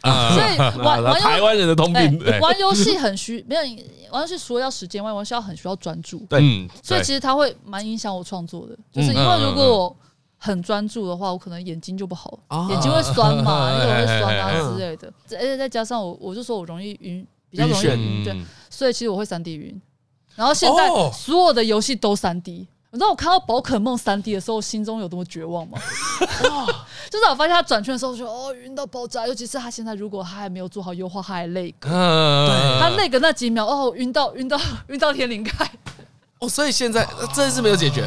Speaker 4: 所以玩
Speaker 1: 啊台
Speaker 4: 玩游
Speaker 1: 湾人的通
Speaker 4: 哎
Speaker 1: 病，对
Speaker 4: 玩游戏很需 没有玩游戏除了要时间外，玩游戏要很需要专注，
Speaker 1: 对
Speaker 2: 嗯，
Speaker 4: 所以其
Speaker 2: 实
Speaker 4: 实它会蛮影响我创作的，就是因
Speaker 2: 嗯嗯
Speaker 4: 为
Speaker 2: 嗯
Speaker 4: 如果我很专注的话，我可能眼睛就不好，
Speaker 1: 啊
Speaker 4: 眼睛会酸嘛，
Speaker 2: 嗯
Speaker 4: 因为我会酸
Speaker 2: 嗯
Speaker 1: 嗯
Speaker 4: 啊
Speaker 1: 嗯
Speaker 4: 之类的，而且再加上我我就说我容易晕，比较
Speaker 1: 晕
Speaker 4: 容易
Speaker 1: 眩
Speaker 2: 嗯
Speaker 4: 晕，对，所以其实我会三 D 云。然后现在
Speaker 2: 哦
Speaker 4: 所有的游戏都三 D，、你知道我看到宝可梦三 D 的时候，心中有多么绝望吗？ 就是我发现它转圈的时候，我觉得哦晕到爆炸，尤其是它现在如果它还没有做好优化，它还累个，
Speaker 2: 嗯
Speaker 4: 它累个那几秒，哦晕到晕到 晕到天灵盖。
Speaker 1: 哦，所以现在这是没有解决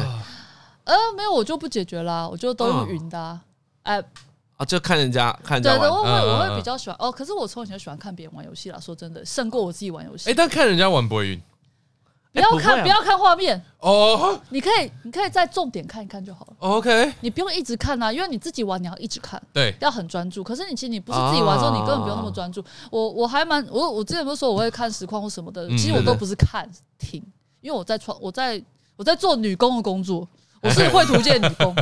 Speaker 4: 呃，没有，我就不解决啦，我就都用云的、啊。哎、
Speaker 1: 啊，就看人家看人
Speaker 4: 对
Speaker 1: 家玩
Speaker 4: 对，我。
Speaker 2: 嗯
Speaker 4: 会我
Speaker 2: 嗯嗯
Speaker 4: 会比较喜欢哦。可是我从以前喜欢看别人玩游戏啦，说真的，胜过我自己玩游戏。
Speaker 2: 哎、但看人家玩不会晕
Speaker 4: 不要
Speaker 1: 不会
Speaker 4: 看，
Speaker 1: 啊
Speaker 4: 不要看画面，
Speaker 2: 哦
Speaker 4: 你可以，你可以再重点看一看就好了。
Speaker 1: 哦
Speaker 2: ，OK，
Speaker 4: 你不用一直看啊，因为你自己玩，你要一直看，
Speaker 2: 对，
Speaker 4: 要很专注。可是你其实你不是自己玩的时候，
Speaker 1: 啊
Speaker 4: 你根本不用那么专注。我我还蛮我我之前不是说我会看实况或什么的，
Speaker 2: 嗯
Speaker 4: 其实我
Speaker 1: 对
Speaker 4: 都
Speaker 1: 对
Speaker 4: 不是看听，因为我在创我在我在做女工的工作，
Speaker 1: 哎
Speaker 4: 我是绘图界女 工，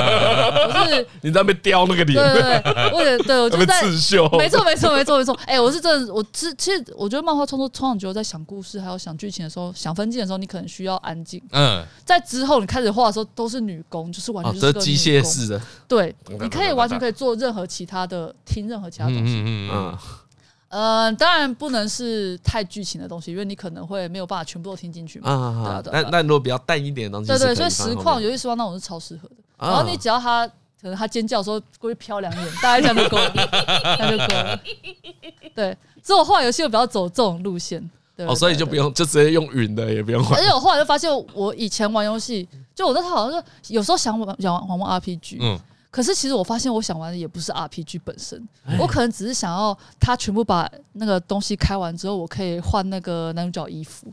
Speaker 4: 我是
Speaker 1: 你在那边雕那个
Speaker 4: 对
Speaker 1: 脸，
Speaker 4: 对对，我也对我
Speaker 1: 那
Speaker 4: 就
Speaker 1: 边
Speaker 4: 在
Speaker 1: 刺绣，
Speaker 4: 没错，没错，没错，没错。哎、我是真的，我是其实我觉得漫画创作通常只有在想故事，还有想剧情的时候，想分镜的时候，你可能需要安静。
Speaker 2: 嗯，
Speaker 4: 在之后你开始画的时候，都是女工，就是完
Speaker 1: 啊
Speaker 4: 全，就
Speaker 1: 这是
Speaker 4: 是个
Speaker 1: 机
Speaker 4: 女
Speaker 1: 械
Speaker 4: 工。
Speaker 1: 式的，
Speaker 4: 对，你可以完全可以做任何其他的，听任何其他东西。
Speaker 2: 嗯嗯嗯，
Speaker 1: 嗯，
Speaker 4: 呃，当然不能是太剧情的东西，因为你可能会没有办法全部都听进去嘛。
Speaker 1: 啊，
Speaker 4: 对啊对啊
Speaker 1: 那那如果比较淡一点的东西
Speaker 4: 对
Speaker 1: 是可
Speaker 4: 对，
Speaker 1: 以
Speaker 4: 所
Speaker 1: 放后
Speaker 4: 以
Speaker 1: 面，
Speaker 4: 实况游戏实况那种是超适合的。
Speaker 1: 啊，
Speaker 4: 然后你只要他可能他尖叫的时候过去瞟两眼，大概这样就够了， 这样就够了。对，所以我后来游戏我比较走这种路线，对
Speaker 1: 哦，所以就不。用，就直接用云的，也不用
Speaker 4: 对对
Speaker 1: 换
Speaker 4: 而且我后来就发现，我以前玩游戏，就我那时候好像是有时候想玩想玩玩 RPG，
Speaker 2: 嗯
Speaker 4: 可是其实我发现我想玩的也不是 RPG 本身，我可能只是想要他全部把那个东西开完之后，我可以换那个男主角衣服。
Speaker 2: 嗯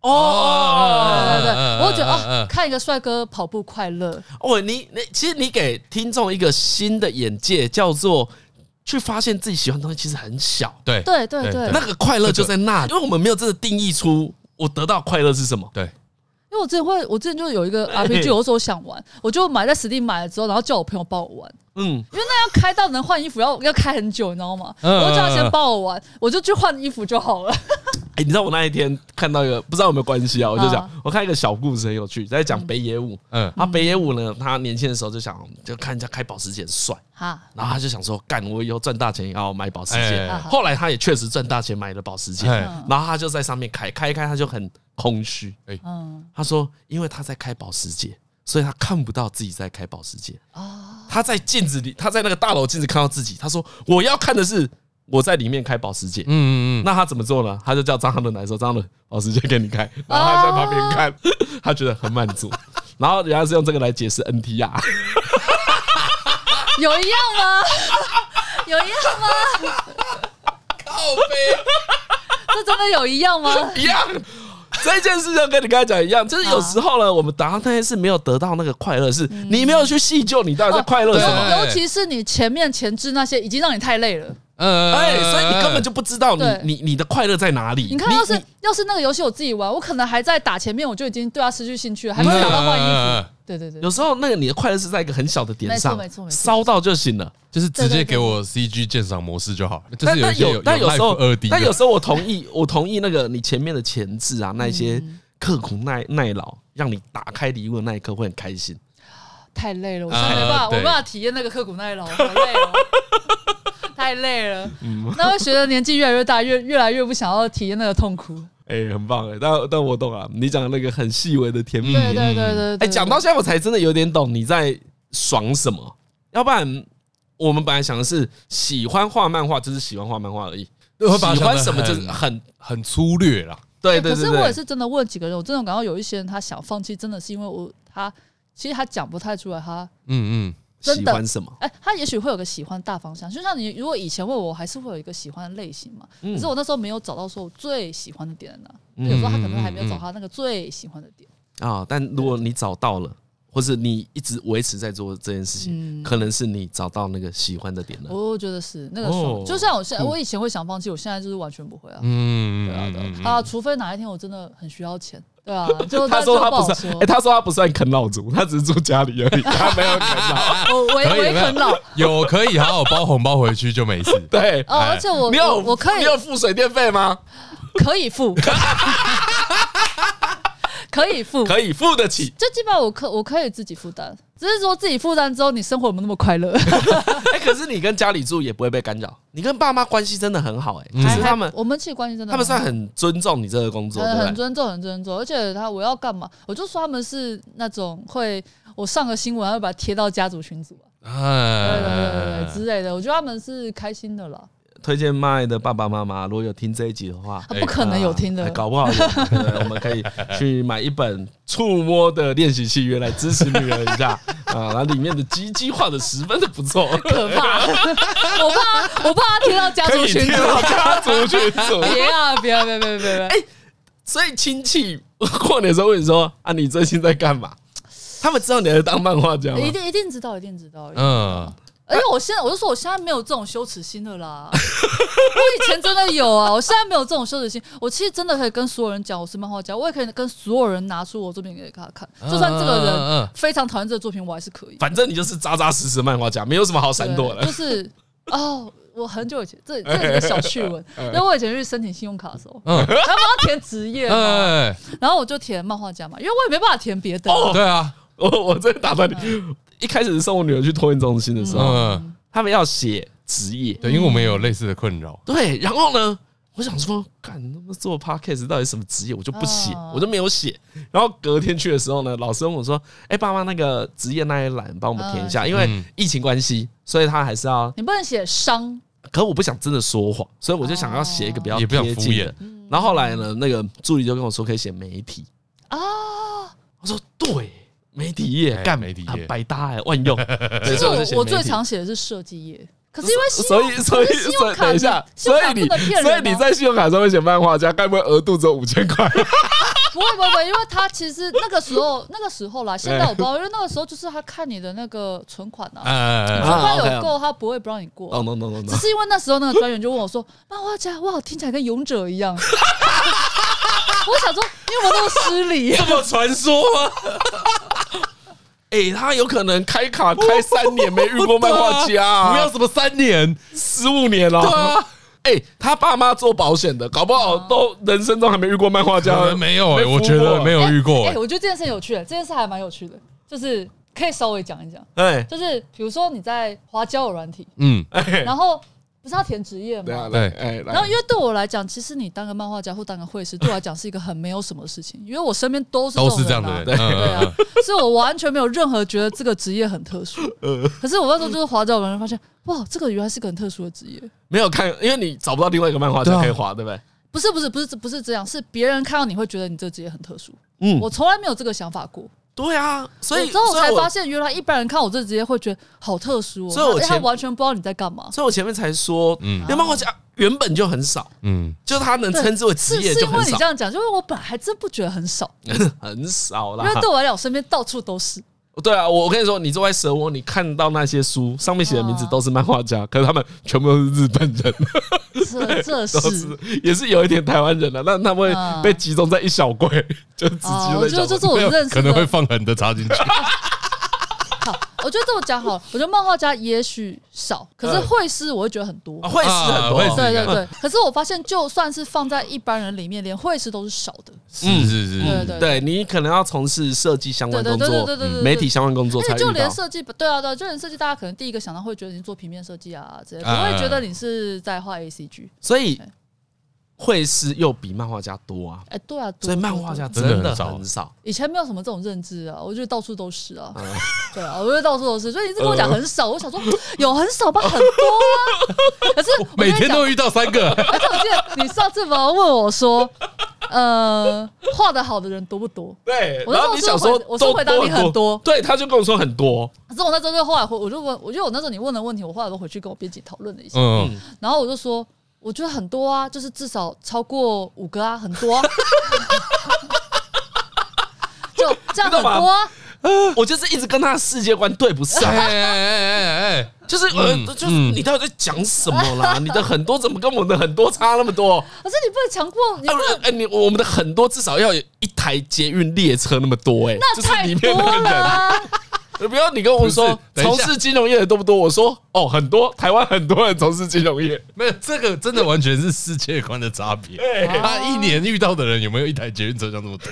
Speaker 1: 哦
Speaker 4: 对对对，我会觉得啊，看一个帅哥跑步快乐，
Speaker 1: 哦，你你其实你给听众一个新的眼界，叫做去发现自己喜欢的东西其实很小，
Speaker 2: 对
Speaker 4: 对对
Speaker 2: 对
Speaker 4: 对
Speaker 2: 对。
Speaker 1: 那个快乐就在那里，因为我们没有真的定义出我得到快乐是什么。
Speaker 2: 对，
Speaker 4: 因为我之前会，我之前就有 一个 RPG，我说我想玩，我就买在 Steam 买了之后，然后叫我朋友帮我玩，
Speaker 1: 嗯，
Speaker 4: 要开到能换衣服要要开很久，你知道吗？
Speaker 2: 嗯
Speaker 4: 我就叫他先帮我玩，我就去换衣服就好了。
Speaker 1: 哎，你知道我那一天看到一个不知道有没有关系啊？我就讲
Speaker 4: 啊，
Speaker 1: 我看一个小故事很有趣，在讲北野武。
Speaker 2: 嗯
Speaker 1: 他北野武呢，他年轻的时候就想，就看人家开保时捷很帅，
Speaker 4: 哈，
Speaker 1: 然后他就想说，干，我以后赚大钱也要买保时捷。
Speaker 4: 哎
Speaker 1: 后来他也确实赚大钱买了保时捷，
Speaker 2: 哎
Speaker 4: 嗯
Speaker 1: 然后他就在上面开，开一开他就很空虚。
Speaker 4: 嗯
Speaker 1: 他说，因为他在开保时捷，所以他看不到自己在开保时捷。
Speaker 4: 啊，
Speaker 1: 他在镜子里，他在那个大楼镜子看到自己。他说，我要看的是我在里面开保时捷。
Speaker 2: 嗯嗯嗯，
Speaker 1: 那他怎么做呢？他就叫张翰伦来说：“张翰伦，保时捷给你
Speaker 4: 哦
Speaker 1: 开。”然后他在旁边看， 他觉得很满足。然后人家是用这个来解释 NTR，
Speaker 4: 有一样 吗？有一样吗？
Speaker 2: 靠背，
Speaker 4: 这真的有一样吗？
Speaker 1: 一样。这件事就跟你刚才讲一样，就是有时
Speaker 4: 哦
Speaker 1: 候呢，我们达到那些事没有得到那个快乐，是
Speaker 4: 嗯
Speaker 1: 你没有去细究你到底在快乐什么。
Speaker 2: 对
Speaker 4: 尤尤其是你前面前置那些已经让你太累了。
Speaker 2: 嗯，
Speaker 1: 哎，所以你根本就不知道你
Speaker 4: 对
Speaker 1: 你你的快乐在哪里。
Speaker 4: 你看，要是
Speaker 1: 你
Speaker 4: 要是那个游戏我自己玩，我可能还在打前面，我就已经嗯对他失去兴趣了，还没
Speaker 1: 嗯
Speaker 4: 有想到
Speaker 2: 嗯
Speaker 4: 换衣服。对对对，
Speaker 1: 有时候那个你的快乐是在一个很小的点上
Speaker 4: 没错没错没，错
Speaker 1: 烧到就行了。
Speaker 2: 就是直接给我 CG 鉴赏模式就好了。就
Speaker 1: 但
Speaker 2: 是有一
Speaker 1: 但
Speaker 2: 些有
Speaker 1: 但有时候
Speaker 2: 二 D，
Speaker 1: 但有时候我同意，我同意那个你前面的前置啊，那一些
Speaker 4: 嗯
Speaker 1: 刻苦耐耐劳，让你打开礼物的那一刻会很开心。
Speaker 4: 太累了，我真
Speaker 1: 哎
Speaker 4: 的没办
Speaker 2: 啊
Speaker 4: 法，我
Speaker 2: 对
Speaker 4: 没办法体验那个刻苦耐劳，好累 哦，太累了。
Speaker 1: 嗯
Speaker 4: 那会随着年纪越来越大，越越来越不想要体验那个痛苦。
Speaker 1: 哎、很棒哎、但但我懂啊，你讲的那个很细微的甜蜜。
Speaker 4: 对
Speaker 1: 哎、
Speaker 4: 对对对对，
Speaker 1: 讲到现在我才真的有点懂你在爽什么，要不然我们本来想的是喜欢画漫画就是喜欢画漫画而已，
Speaker 2: 我把它
Speaker 1: 喜
Speaker 2: 想得
Speaker 1: 欢什么就是
Speaker 2: 很
Speaker 1: 很
Speaker 2: 很粗略啦。
Speaker 1: 对对
Speaker 4: 对哎可
Speaker 1: 对
Speaker 4: 是我
Speaker 1: 对。
Speaker 4: 也是真的问几个人，我真的感到有一些人他想放弃，真的是因为我他其实他讲不太出来他。
Speaker 2: 嗯嗯，
Speaker 4: 真
Speaker 1: 喜
Speaker 4: 的
Speaker 1: 欢什么？
Speaker 4: 哎、他也许会有个喜欢大方向，就像你如果以前问我，我还是会有一个喜欢的类型嘛。
Speaker 1: 嗯
Speaker 4: 可是我那时候没有找到说我最喜欢的点在哪，有时候他可
Speaker 1: 嗯
Speaker 4: 能还没有找他那个最喜欢的点。
Speaker 1: 啊、但如果你找到了，或是你一直维持在做这件事情，可能是你找到那个喜欢的点了。
Speaker 4: 嗯我觉得是那个爽，
Speaker 1: 嗯哦
Speaker 4: 就像我现在，我以前会想放弃，我现在就是完全不会啊。
Speaker 2: 嗯
Speaker 4: 对啊，对啊
Speaker 2: 嗯，
Speaker 4: 啊，除非哪一天我真的很需要钱，对 啊，就
Speaker 1: 他
Speaker 4: 那
Speaker 1: 说
Speaker 4: 就
Speaker 1: 他
Speaker 4: 不好
Speaker 1: 不
Speaker 4: 说
Speaker 1: 算，哎、。他说他不算啃老族，他只是住家里 而已，他没有啃老。
Speaker 4: 哦我唯
Speaker 2: 嗯可以
Speaker 4: 唯啃老
Speaker 2: 有可以好好包红包回去就没事。
Speaker 1: 对，
Speaker 4: 哦，而且我
Speaker 1: 你有
Speaker 4: 我我可以
Speaker 1: 你有付水电费吗？
Speaker 4: 可 以付，可以付，
Speaker 1: 可以付得起。
Speaker 4: 就基本上我可我可以自己负担，只是说自己负担之后，你生活有没有那么 快乐？
Speaker 1: 哎、可是你跟家里住也不会被干扰，你跟爸妈关系真的很好、哎、
Speaker 4: 还
Speaker 1: 就是他们
Speaker 4: 嗯还我们其实关系真的
Speaker 1: 他们算
Speaker 4: 好
Speaker 1: 很尊重你这个工作，
Speaker 4: 很
Speaker 1: 对
Speaker 4: 很
Speaker 1: 不对？
Speaker 4: 尊重，很尊重，而且他我要干嘛，我就说他们是那种会我上个新闻还会把它贴到家族群组啊，对
Speaker 1: 呃
Speaker 4: 对对对对
Speaker 2: 哎，
Speaker 4: 之类的，我觉得他们是开心的啦，
Speaker 1: 推荐麦的爸爸妈妈，如果有听这一集的话，
Speaker 4: 他不可能有听的
Speaker 1: 啊，搞不好有对我们可以去买一本《触摸的练习契约》来支持女儿一下 啊，然后里面的鸡鸡画的十分的不错，
Speaker 4: 可 怕，我怕我怕他贴到家族群
Speaker 1: 贴
Speaker 4: 组，
Speaker 1: 到家族群组。
Speaker 4: 别啊别啊别别别
Speaker 1: 哎
Speaker 4: 别，别
Speaker 1: 所以亲戚过年的时候问你说啊，你最近在干嘛？他们知道你在当漫画家吗
Speaker 4: 一？定一定知道，一定知道，
Speaker 2: 嗯，
Speaker 4: 而且我我现在我就说我现在没有这种羞耻心了啦。 我以前真的有啊，我现在没有这种羞耻心。我其实真的可以跟所有人讲我是漫画家，我也可以跟所有人拿出我作品给他看，就算这个
Speaker 2: 嗯
Speaker 4: 人
Speaker 2: 嗯嗯
Speaker 4: 非常讨厌这个作品，我还是可以。
Speaker 1: 反正你就是扎扎实实的漫画家，没有什么好闪
Speaker 4: 对，
Speaker 1: 躲的
Speaker 4: 就。是哦，我很久以前，这这是一个小趣 闻。那我以前去申请信用卡的时候，
Speaker 2: 嗯
Speaker 4: 然后我要填职业嘛，
Speaker 2: 哎，
Speaker 4: 然后我就填漫画家嘛，因为我也没办法填别的啊。
Speaker 2: 对啊，
Speaker 1: 我我真的打断你，一开始送我女儿去托运中心的时候，
Speaker 2: 嗯，
Speaker 1: 他们要写职业，
Speaker 2: 对，因为我们也有类似的困扰，
Speaker 1: 对，然后呢，我想说，干他妈做 podcast 到底什么职业，我就不写
Speaker 4: 哦，
Speaker 1: 我就没有写。然后隔天去的时候呢，老师问我说：“哎，爸妈那个职业那一栏帮我们填一下，因为
Speaker 2: 嗯
Speaker 1: 疫情关系，所以他还是要。
Speaker 4: 你不能写伤，
Speaker 1: 可我不想真的说谎，所以我就想要写一个比较
Speaker 2: 哦也不想
Speaker 1: 贴
Speaker 2: 敷
Speaker 1: 近
Speaker 2: 衍
Speaker 1: 的。然后后来呢，那个助理就跟我说可以写媒体啊，我说对。”媒体业
Speaker 2: 哎
Speaker 1: 干
Speaker 2: 媒体业
Speaker 1: 啊百搭哎， 万用。对
Speaker 4: 其实
Speaker 1: 所以就
Speaker 4: 我
Speaker 1: 写
Speaker 4: 我
Speaker 1: 媒
Speaker 4: 最
Speaker 1: 体
Speaker 4: 常写的是设计业，可是因为信
Speaker 1: 所以所以
Speaker 4: 可是信
Speaker 1: 所
Speaker 4: 用
Speaker 1: 以
Speaker 4: 卡
Speaker 1: 等一下，所
Speaker 4: 信
Speaker 1: 以
Speaker 4: 用卡
Speaker 1: 你
Speaker 4: 不能骗人啊
Speaker 1: 所以你在信用卡上面写漫画家，该不会额度只有五千块？
Speaker 4: 不会不会不会，因为他其实那个时候那个 时候啦，现在我不知道，因为那个时候就是他看你的那个存款啊，
Speaker 2: 哎，
Speaker 4: 存款
Speaker 1: 啊，OK，
Speaker 4: 有够他不会不让你 过
Speaker 1: 哦。no no no
Speaker 4: 只
Speaker 1: no！
Speaker 4: 是因为那时候那个专员就问我说：“漫画家，哇，听起来跟勇者一样。” 我想说，因为我那么失 礼，
Speaker 1: 这么传说吗？ 哎，他有可能开卡开三年没遇过漫画家啊，
Speaker 2: 不要什么三年，
Speaker 1: 十五年了。
Speaker 4: 哦
Speaker 2: 对啊，
Speaker 1: 哎，他爸妈做保险的，搞不好都人生 中还没遇过漫画
Speaker 2: 可
Speaker 1: 家
Speaker 2: 能。没有
Speaker 1: 被
Speaker 2: 哎，
Speaker 1: 敷衍
Speaker 2: 我觉得没有遇过
Speaker 1: 欸
Speaker 2: 欸
Speaker 4: 哎、，我觉得这件事有趣的，这件事还蛮有趣的，就是可以稍微讲一讲，
Speaker 1: 哎，
Speaker 4: 就是比如说你在滑交友软体，
Speaker 2: 嗯，
Speaker 4: 然后不是要填职业
Speaker 1: 对啊，
Speaker 4: 吗？
Speaker 1: 来
Speaker 2: 对
Speaker 1: 哎，来
Speaker 4: 然后，因为对我来讲，其实你当个漫画家或当个 绘师，对我来讲是一个很没有什么事情，因为我身边都是
Speaker 2: 都是这样
Speaker 4: 种
Speaker 2: 的人，嗯
Speaker 4: 啊对
Speaker 2: 嗯
Speaker 4: 啊，所以我完全没有任何觉得这个职业很特殊。
Speaker 1: 呃
Speaker 4: 可是我那时候就是滑交友软体，发现哇，这个原来是个很特殊的职业。
Speaker 1: 没有看，因为你找不到另外一个漫画
Speaker 2: 对
Speaker 1: 家
Speaker 2: 啊
Speaker 1: 可以画，对不对？
Speaker 4: 不是不是不是不是这样，是别人看到你会觉得你这个职业很特殊。
Speaker 1: 嗯
Speaker 4: 我从来没有这个想法过，
Speaker 1: 对啊，所以
Speaker 4: 我之后
Speaker 1: 所以
Speaker 4: 才
Speaker 1: 我
Speaker 4: 发现，原来一般人看我这个职业会觉得好特殊哦，
Speaker 1: 所以我
Speaker 4: 因为他
Speaker 1: 前
Speaker 4: 完全不知道你在干嘛。
Speaker 1: 所以我前面才说，
Speaker 2: 嗯
Speaker 1: 因为漫画家原本就很少，
Speaker 2: 嗯，
Speaker 1: 就他能称之为职
Speaker 4: 是
Speaker 1: 业
Speaker 4: 是
Speaker 1: 就
Speaker 4: 因为
Speaker 1: 很
Speaker 4: 你
Speaker 1: 少
Speaker 4: 这，样讲，就是我本来还真不觉得很少，
Speaker 1: 很少
Speaker 4: 因
Speaker 1: 啦
Speaker 4: 为。对我来讲，我身边到处 都是。
Speaker 1: 对啊，我我跟你说，你坐在蛇窝，你看到那些书上面写的名
Speaker 4: 啊
Speaker 1: 字都是漫画家，可是他们全部都是日本 人，
Speaker 4: 这这
Speaker 1: 都
Speaker 4: 是
Speaker 1: 是也是有一点台湾人的，但他们会被集中在一小柜， 就只集
Speaker 4: 啊，
Speaker 1: 中在
Speaker 4: 我
Speaker 1: 一
Speaker 4: 觉
Speaker 1: 小
Speaker 4: 得
Speaker 1: 柜。
Speaker 4: 这是我
Speaker 2: 没有
Speaker 4: 认识的。
Speaker 2: 可能会放狠的插进去，
Speaker 4: 好，我觉得这么讲好了。我觉得漫画家也许少，可是会师我会觉得很多
Speaker 1: 啊。会是很多
Speaker 2: 啊会是
Speaker 1: 哦，
Speaker 4: 对对
Speaker 2: 应该
Speaker 4: 对，可是我发现，就算是放在一般人里面，连会师都是少的。
Speaker 2: 是是是，
Speaker 4: 对
Speaker 2: 是
Speaker 4: 对
Speaker 1: 对你可能要从事设计相
Speaker 4: 对
Speaker 1: 关
Speaker 4: 对
Speaker 1: 工
Speaker 4: 对对
Speaker 1: 作
Speaker 4: 对、对对，
Speaker 1: 媒体相关工作才
Speaker 4: 而且
Speaker 1: 遇
Speaker 4: 就连
Speaker 1: 到。
Speaker 4: 设计，对啊对啊，就连设计，大家可能第一个想到会觉得你做平面设计啊之类的，
Speaker 2: 啊
Speaker 4: 不会觉得你是在画 A C G。
Speaker 1: 所以
Speaker 4: 对
Speaker 1: 会师又比漫画家多啊，
Speaker 4: 哎，对啊，对
Speaker 1: 所以
Speaker 4: 对
Speaker 1: 漫
Speaker 4: 对
Speaker 1: 画家
Speaker 4: 对
Speaker 1: 真
Speaker 2: 真的
Speaker 1: 的
Speaker 2: 很少
Speaker 1: 很少。
Speaker 4: 以前没有什么这种认知啊，我觉得到处都是啊， 对啊，我觉得到处都是，所以你一直跟我
Speaker 1: 呃
Speaker 4: 讲很少，我想说有很少吧，很多啊，可是我跟
Speaker 2: 每
Speaker 4: 你
Speaker 2: 天
Speaker 4: 讲
Speaker 2: 都遇到三个，
Speaker 4: 而且我记得你上次不是问我说，呃，画的好的人多不多？
Speaker 1: 对，
Speaker 4: 我
Speaker 1: 然后
Speaker 4: 那
Speaker 1: 你
Speaker 4: 时
Speaker 1: 想
Speaker 4: 候
Speaker 1: 说
Speaker 4: 是回，我是回答你很多
Speaker 1: 对，他就跟我说很多，
Speaker 4: 可是我那时候就后来回，我就问，我觉得我那时候你问的问题，我后来都回去跟我编辑讨论了一下，
Speaker 2: 嗯，
Speaker 4: 然后我就说，我觉得很多啊，就是至少超过五个啊，很多、啊，就这样很多、啊。
Speaker 1: 我就是一直跟他的世界观对不
Speaker 2: 哎
Speaker 1: 上，
Speaker 2: 哎哎哎哎，
Speaker 1: 就是呃
Speaker 2: 嗯，
Speaker 1: 就是
Speaker 2: 嗯
Speaker 1: 你到底在讲什么啦？你的很多怎么跟我们的很多差那么多？
Speaker 4: 可是你不能强迫，你
Speaker 1: 哎
Speaker 4: 不能。
Speaker 1: 哎，你我们的很多至少要有一台捷运列车那么多，哎，
Speaker 4: 那
Speaker 1: 就是
Speaker 4: 太
Speaker 1: 里
Speaker 4: 多
Speaker 1: 面的人。
Speaker 4: 了啊，
Speaker 1: 不要你跟我说
Speaker 2: 不是等一
Speaker 1: 从
Speaker 2: 下
Speaker 1: 事金融业的多不多？我说哦，很多，台湾很多人从事金融业。
Speaker 2: 没有这个真的完全是世界观的差别。他一年遇到的人有没有一台捷运车厢这么多？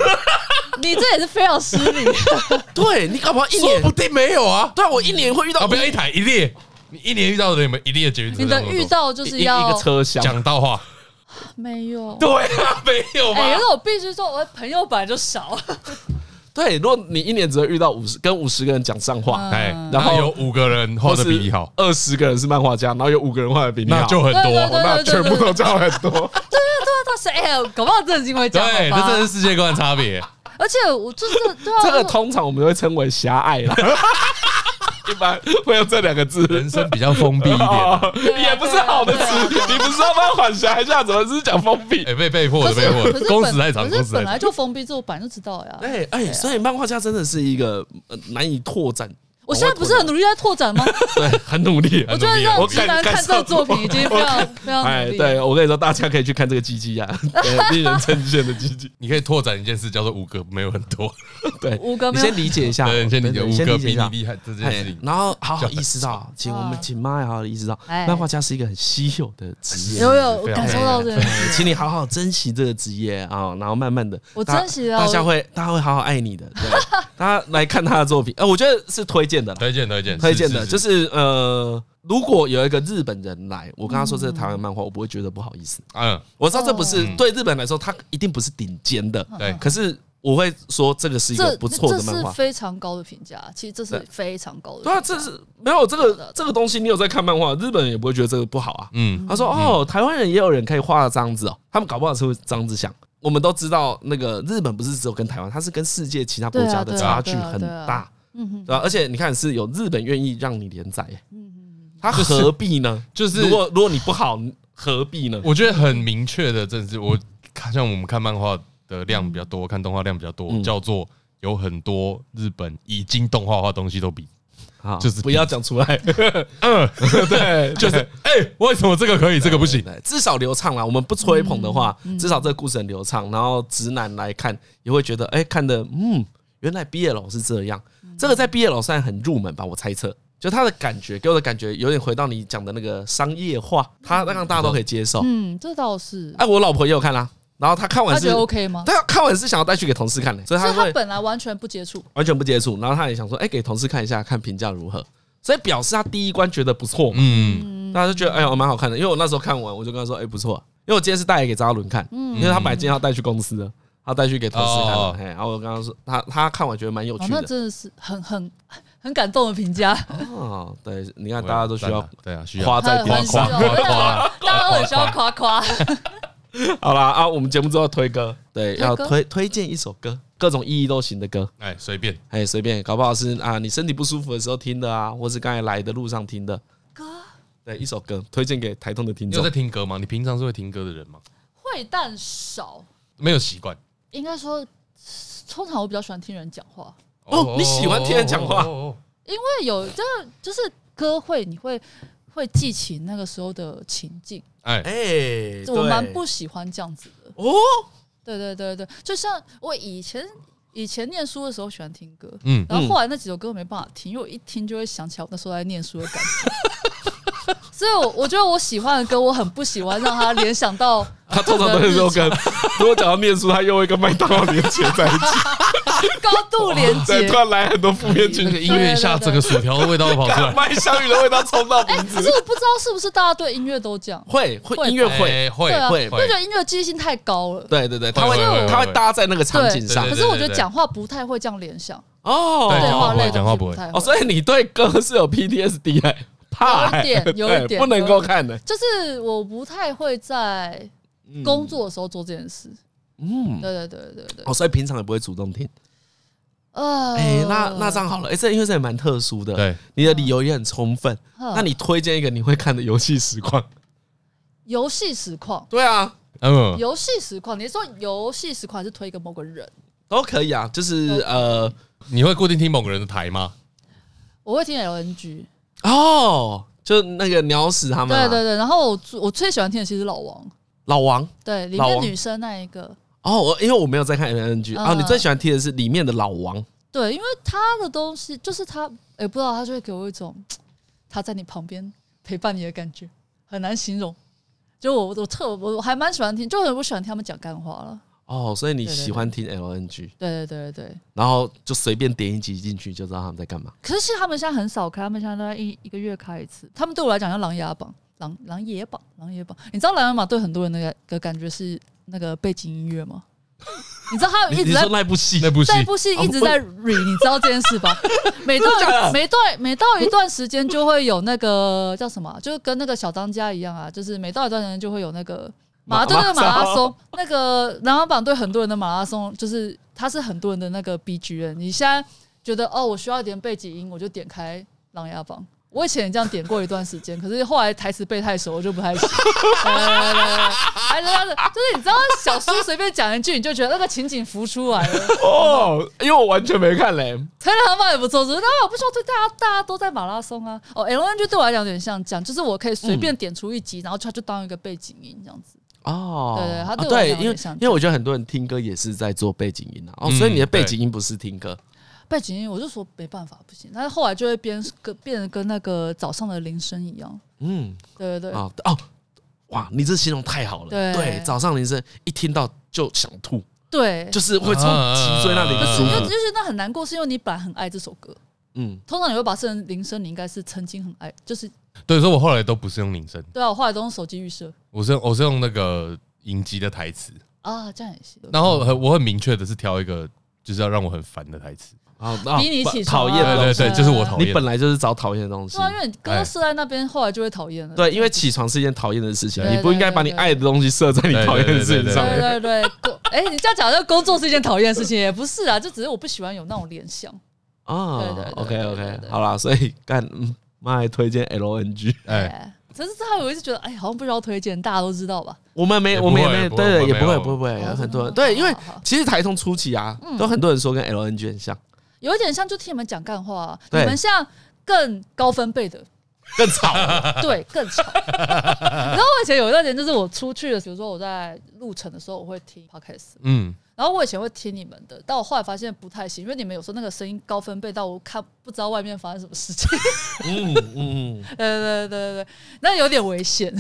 Speaker 4: 你这也是非常失 礼。
Speaker 1: 对你搞不好一
Speaker 2: 说
Speaker 1: 年
Speaker 2: 不，定没有啊。
Speaker 1: 对啊我一年会遇
Speaker 2: 啊，
Speaker 1: 到
Speaker 2: 不要一台一列，你一年遇到的人有没有一列捷运车厢
Speaker 4: 你
Speaker 2: 这
Speaker 4: 的
Speaker 2: 么多？
Speaker 4: 遇到就是
Speaker 1: 一一一
Speaker 4: 要
Speaker 1: 个车厢。
Speaker 2: 讲到话，
Speaker 4: 没有。
Speaker 1: 对啊，没有吧
Speaker 4: 哎，可？是我必须说，我的朋友本来就少。
Speaker 1: 对，如果你一年只会遇到五十跟五十个人讲上话，
Speaker 4: 嗯
Speaker 2: 哎，
Speaker 1: 然
Speaker 2: 然
Speaker 1: 后
Speaker 2: 后有五个人
Speaker 1: 或
Speaker 2: 画的比你好，
Speaker 1: 二十个人是漫画家，然后有五个人画的比 你好，
Speaker 2: 那就很
Speaker 4: 对对对
Speaker 2: 多。
Speaker 1: 那全部都差很多。
Speaker 4: 啊但是哎、搞不好真的是因为这样，
Speaker 2: 对，
Speaker 4: 好吧
Speaker 2: 这真的是世界观的差别。
Speaker 4: 而且我就是 对啊，
Speaker 1: 这个
Speaker 4: 我
Speaker 1: 通常我们都会称为狭隘 啦，一般会用这两个字。
Speaker 2: 人生比较封闭一点，啊
Speaker 1: 哦 也不是好的
Speaker 4: 对啊
Speaker 1: 词，你不是要帮缓下一下，怎么是讲封闭？
Speaker 2: 哎，被被迫的
Speaker 4: 可是
Speaker 2: 被迫
Speaker 4: 可
Speaker 2: 的，
Speaker 4: 是
Speaker 2: 工
Speaker 4: 本
Speaker 2: 时太长，
Speaker 4: 可
Speaker 2: 工
Speaker 4: 是
Speaker 2: 时
Speaker 4: 本
Speaker 2: 太长。
Speaker 4: 来
Speaker 1: 哎
Speaker 4: 就封闭，这我本来就知道呀。
Speaker 1: 哎哎，所以漫画家真的是一个呃难以拓展
Speaker 4: 我现在不是很努力在拓展吗？
Speaker 1: 对，很努力。
Speaker 4: 我觉得
Speaker 2: 很
Speaker 4: 让
Speaker 1: 努力啊
Speaker 4: 直男看这个作品已经非常非常
Speaker 1: 哎
Speaker 4: 努，力。
Speaker 1: 对我跟你说，大家可以去看这个鸡鸡 啊，对令人称羡的鸡鸡。
Speaker 2: 你可以拓展一件事，叫做五个没有很多，
Speaker 1: 对，
Speaker 4: 五个
Speaker 1: 你
Speaker 4: 没有
Speaker 1: 先理解一下，哦
Speaker 2: 对，你先理解
Speaker 1: 对
Speaker 2: 五
Speaker 1: 对你
Speaker 2: 个
Speaker 1: 啊先理解
Speaker 2: 比
Speaker 1: 一下
Speaker 2: 你厉害这件事
Speaker 1: 哎
Speaker 2: 情，。
Speaker 1: 然后好好意识到，请我们
Speaker 4: 啊
Speaker 1: 请妈也好好地意识到，
Speaker 4: 哎
Speaker 1: 漫画家是一个很稀有的职业。
Speaker 4: 有有
Speaker 2: 非常
Speaker 4: 感受到这个，
Speaker 1: 对请你好好珍惜这个职业啊、然后慢慢的，
Speaker 4: 我
Speaker 1: 大
Speaker 4: 珍惜了
Speaker 1: 大家
Speaker 4: 我
Speaker 1: 会大家会好好爱你的。对， 大家来看他的作品，呃，我觉得是推荐的啦，
Speaker 2: 推荐推荐
Speaker 1: 推荐的，就是是呃，如果有一个日本人来，我跟他说这是台湾漫画，我不会觉得不好意思。
Speaker 2: 嗯，
Speaker 1: 我知道这不是
Speaker 2: 哦
Speaker 1: 对日本来说，它一定不是顶尖的，
Speaker 2: 对，
Speaker 1: 可是我会说这 个是一个
Speaker 4: 这
Speaker 1: 不错
Speaker 4: 这
Speaker 1: 的漫
Speaker 4: 是
Speaker 1: 画。
Speaker 4: 非常高的评价，其实这是
Speaker 1: 对
Speaker 4: 非常高的评
Speaker 1: 对
Speaker 4: 价。
Speaker 1: 啊，这是没有这
Speaker 4: 对
Speaker 1: 个这个东西，你有在看漫画，日本人也不会觉得这个不好啊。
Speaker 2: 嗯，
Speaker 1: 他说：“哦，台湾人也有人可以画这样子哦，他们搞不好是会这样子想。我们都知道，那个日本不是只有跟台湾，它是跟世界其他国家的
Speaker 4: 对啊
Speaker 1: 差
Speaker 4: 对
Speaker 1: 距
Speaker 4: 啊
Speaker 1: 很
Speaker 4: 对啊
Speaker 1: 大，
Speaker 4: 嗯哼
Speaker 1: 对吧、而且你看，是有日本愿意让你连载，欸
Speaker 4: 嗯
Speaker 1: 他何必呢？
Speaker 2: 就是
Speaker 1: 如果如果你不好，何必呢？
Speaker 2: 我觉得很明确的，正是我看像我们看漫画的量比较多，看动画量比较多，
Speaker 1: 嗯
Speaker 2: 叫做有很多日本已经动画化东西都比，
Speaker 1: 好，
Speaker 2: 就是
Speaker 1: 不要讲出来，
Speaker 2: 嗯，
Speaker 1: 对，
Speaker 2: 就是哎，为什么这个可以，这个不行？
Speaker 1: 对，至少流畅啦。我们不吹捧的话，
Speaker 4: 嗯
Speaker 1: 至少这个故事很流畅。然后直男来看也会觉得，哎、看的，嗯，原来 BL 是这样。
Speaker 4: 嗯
Speaker 1: 这个在 BL 算很入门吧，我猜测。就他的感觉，给我的感觉有点回到你讲的那个商业化，他让大家都可以接受。
Speaker 4: 嗯，这倒是。
Speaker 1: 哎，我老婆也有看啦、然后她看完
Speaker 4: 他
Speaker 1: 是
Speaker 4: 觉，得 OK 吗？
Speaker 1: 她看完是想要带去给同事看的、所以
Speaker 4: 所
Speaker 1: 她
Speaker 4: 以他
Speaker 1: 会
Speaker 4: 本来完全不接触，
Speaker 1: 完全不接触。然后她也想说，哎、给同事看一下，看评价如何。所以表示她第一关觉得不错嘛。
Speaker 2: 嗯，
Speaker 1: 大家就觉得哎呦蛮好看的，因为我那时候看完我就跟他说哎、不错啊，因为我今天是带给张嘉伦看，
Speaker 4: 嗯
Speaker 1: 因为他买今天要带去公司的，他带去给同事看
Speaker 2: 哦
Speaker 1: 了，嘿，然后我跟他说他他看完觉得蛮有
Speaker 4: 哦
Speaker 1: 趣，
Speaker 4: 那
Speaker 1: 的
Speaker 4: 真的是很很很感动的评价，
Speaker 1: 哦，对，你看大家都需要
Speaker 2: 对啊，需要
Speaker 1: 夸在
Speaker 4: 很
Speaker 1: 点
Speaker 4: 很
Speaker 2: 很
Speaker 4: 需
Speaker 1: 上
Speaker 2: 夸
Speaker 4: 要，
Speaker 2: 夸夸
Speaker 4: 大家都很需要夸夸。
Speaker 1: 好啦啊，我们节目之后推歌，对，
Speaker 4: 推歌
Speaker 1: 要推推荐一首歌，各种意义都行的歌，
Speaker 2: 哎，随便，
Speaker 1: 哎，随便，搞不好是啊你身体不舒服的时候听的啊，或是刚才来的路上听的
Speaker 4: 歌
Speaker 1: 对，一首歌推荐给台东的听
Speaker 2: 你有
Speaker 1: 众
Speaker 2: 在，听歌吗？你平常是会听歌的人吗？
Speaker 4: 会但少，
Speaker 2: 没有习惯
Speaker 4: 应该说，通常我比较喜欢听人讲话，
Speaker 1: 哦你喜欢听人讲话
Speaker 2: 哦哦哦
Speaker 4: 因为有这就是歌会，你会会记起那个时候的情境，
Speaker 2: 哎，
Speaker 1: 哎，
Speaker 4: 我
Speaker 1: 对
Speaker 4: 蛮不喜欢这样子的。
Speaker 1: 哦，
Speaker 4: 对对对对，就像我以前以前念书的时候喜欢听歌，
Speaker 2: 嗯，
Speaker 4: 然后后来那几首歌我没办法听，因为我一听就会想起来我那时候在念书的感觉。所以我，我觉得 我喜欢的歌，我很不喜欢让他联想到
Speaker 1: 他通常都是说跟，如果讲到念书，他又会跟麦当劳连接在一 起，
Speaker 4: 高度连
Speaker 1: 对，
Speaker 4: 接
Speaker 1: 哦突。然来很多负面情
Speaker 2: 那个
Speaker 1: 绪，
Speaker 2: 音乐下，整个薯条的味道都跑出 来。
Speaker 1: 麦香鱼的味道冲到
Speaker 4: 哎、
Speaker 1: 鼻子
Speaker 4: 可是，我不知道是不是大家对音乐都这样，
Speaker 1: 会会
Speaker 4: 会
Speaker 1: 音乐会，
Speaker 2: 哎会
Speaker 4: 对啊，
Speaker 1: 会
Speaker 4: 我觉得音乐记忆性太高了。
Speaker 1: 对对对，他
Speaker 2: 会会
Speaker 1: 会
Speaker 2: 会
Speaker 1: 他会搭在那个场景上
Speaker 2: 对
Speaker 4: 可
Speaker 2: 对
Speaker 4: 是我觉得讲话不太会这样联想，
Speaker 2: 对
Speaker 4: 对
Speaker 2: 讲
Speaker 1: 哦
Speaker 2: 话
Speaker 4: 话
Speaker 2: 不会
Speaker 4: 类的
Speaker 2: 讲话
Speaker 4: 东西
Speaker 2: 不会
Speaker 4: 不太
Speaker 1: 哦，所以你对歌是有 PTSD 哎，怕哎
Speaker 4: 有一点有一
Speaker 1: 对
Speaker 4: 点
Speaker 1: 不能够看的，
Speaker 4: 就是我不太会在
Speaker 1: 嗯
Speaker 4: 工作的时候做这件事。
Speaker 1: 嗯，
Speaker 4: 对对对对对，
Speaker 1: 哦，所以平常也不会主动听，
Speaker 4: 呃，
Speaker 1: 哎，那那这样好了，哎，这因为这也蛮特殊的，
Speaker 2: 对，
Speaker 1: 你的理由也很充分，
Speaker 4: 哼
Speaker 1: 那你推荐一个你会看的游戏实况，
Speaker 4: 游戏实况，
Speaker 1: 对啊，
Speaker 2: 嗯，
Speaker 4: 游戏实况，你说游戏实况还是推给某个人？
Speaker 1: 都可以啊，就是
Speaker 4: 都可以
Speaker 1: 呃。
Speaker 2: 你会固定听某个人的台吗？
Speaker 4: 我会听 LNG，
Speaker 1: 哦，就那个鸟屎他们、啊，
Speaker 4: 对对对，然后我最我最喜欢听的其实是老王，
Speaker 1: 老王。
Speaker 4: 对，里
Speaker 1: 老
Speaker 4: 面
Speaker 1: 王
Speaker 4: 女生那一个，
Speaker 1: 哦，我因为我没有在看 LNG 啊、
Speaker 4: 嗯
Speaker 1: 你最喜欢听的是里面的老王，
Speaker 4: 对，因为他的东西就是他，也不知道他就会给我一种他在你旁边陪伴你的感觉，很难形容。就我我特我我还蛮喜欢听，就我喜欢听他们讲干话了。
Speaker 1: 哦，所以你
Speaker 4: 对对对
Speaker 1: 喜欢听 LNG，
Speaker 4: 对对对对对，
Speaker 1: 然后就随便点一集进去就知道他们在干嘛。
Speaker 4: 可是其实他们现在很少开，他们现在都在一一个月开一次。他们对我来讲叫狼牙榜、狼狼野榜、狼野榜。你知道狼牙榜对很多人的个感觉是那个背景音乐吗？你知道他
Speaker 1: 你
Speaker 4: 们一
Speaker 1: 你
Speaker 4: 直在
Speaker 1: 说那部戏，
Speaker 2: 那部戏
Speaker 4: 这部戏一直在 re，、你知道这件事吧？每段每段每到一段时间就会有那个叫什么啊，就是跟那个小当家一样啊，就是每到一段时间就会有那个马
Speaker 1: 马
Speaker 4: 对那个马
Speaker 1: 马拉
Speaker 4: 拉
Speaker 1: 松
Speaker 4: 松，那个琅琊榜对很多人的马拉松，就是它是很多人的那个 B G M。你现在觉得哦，我需要一点背景音，我就点开琅琊榜。我以前也这样点过一段时间，可是后来台词背太熟，我就不太行。来来来来来，还是就是你知道小叔随便讲一句，你就觉得那个情景浮出来了。
Speaker 1: 哦，因为我完全没看嘞、
Speaker 4: 台南航班也不错，只是那我不知道对大家大家都在马拉松啊。哦，L N 就对我来讲有点像讲，就是我可以随
Speaker 1: 嗯
Speaker 4: 便点出一集，然后它就当一个背景音这样子。
Speaker 1: 哦，
Speaker 4: 对对它
Speaker 1: 啊
Speaker 4: 对我来讲有
Speaker 1: 因为
Speaker 4: 点像
Speaker 1: 因为我觉得很多人听歌也是在做背景音啊，哦，
Speaker 2: 嗯
Speaker 1: 所以你的背
Speaker 2: 对
Speaker 1: 景音不是听歌，
Speaker 4: 背景音我就说没办法不行，但是后来就会变跟变得跟那个早上的铃声一样。
Speaker 1: 嗯，
Speaker 4: 对对对，
Speaker 1: 啊哦，哇，你这形容太好了，
Speaker 4: 对
Speaker 1: 早上铃声一听到就想吐，
Speaker 4: 对，
Speaker 1: 就是会从脊椎那里
Speaker 2: 啊
Speaker 1: 舒
Speaker 4: 就
Speaker 1: 服
Speaker 4: 就，是那很难过，是因为你本来很爱这首歌。
Speaker 1: 嗯，
Speaker 4: 通常你会把这铃声，你应该是曾经很爱，就是
Speaker 2: 对，所以我后来都不是用铃声，
Speaker 4: 对啊，我后来都用手机预设
Speaker 2: 我是用我是用那个影集的台词，
Speaker 4: 啊，这样也行。
Speaker 2: 然后很我很明确的是挑一个就是要让我很烦的台词，
Speaker 1: 好，那
Speaker 4: 逼你起床
Speaker 1: 讨
Speaker 4: 啊
Speaker 1: 厌的东
Speaker 2: 对
Speaker 1: 西，
Speaker 2: 对对，就是我讨
Speaker 1: 你
Speaker 2: 厌
Speaker 1: 本。来就是找讨厌的东西
Speaker 4: 对，啊，因为你歌设在那边，后来就会讨厌了。
Speaker 1: 哎对，因为起床是一件讨厌的事情，
Speaker 4: 对
Speaker 1: 你不应该把你爱的东西设在你
Speaker 2: 对对
Speaker 1: 讨厌的事情
Speaker 2: 对
Speaker 1: 上面。
Speaker 4: 对对对，工哎、你这样讲，这工作是一件讨厌的事情，也不是啊，就只是我不喜欢有那种联想。
Speaker 1: 啊
Speaker 4: 对对对
Speaker 1: ，OK
Speaker 4: 对对
Speaker 1: OK，
Speaker 4: 对
Speaker 1: 好啦，所以干嗯妈还推荐 LNG，
Speaker 2: 哎，
Speaker 4: 哎，可是最后我一直觉得，哎，好像不需要推荐，大家都知道吧？
Speaker 1: 我们没
Speaker 2: 也
Speaker 1: 我们也
Speaker 2: 不会
Speaker 1: 没
Speaker 2: 不会
Speaker 1: 对对，
Speaker 2: 我们
Speaker 1: 也不
Speaker 2: 没
Speaker 1: 会
Speaker 2: 有
Speaker 1: 不会不会，
Speaker 4: 哦
Speaker 1: 很多人
Speaker 4: 真的吗
Speaker 1: 对，因为
Speaker 4: 好好好
Speaker 1: 其实台通初期啊，都很多人说跟 LNG 很像，
Speaker 4: 有一点像就听你们讲干话、啊，你
Speaker 1: 对
Speaker 4: 们像更高分贝的，
Speaker 1: 更吵。
Speaker 4: 对，更吵。 你知道我以前有一段时间，就是我出去的，比如说我在路程的时候，我会听 podcast，
Speaker 2: 嗯，
Speaker 4: 然后我以前会听你们的，但我后来发现不太行，因为你们有时候那个声音高分贝到我看不知道外面发生什么事情。
Speaker 1: 嗯嗯，
Speaker 4: 对对对对对，那有点 危险，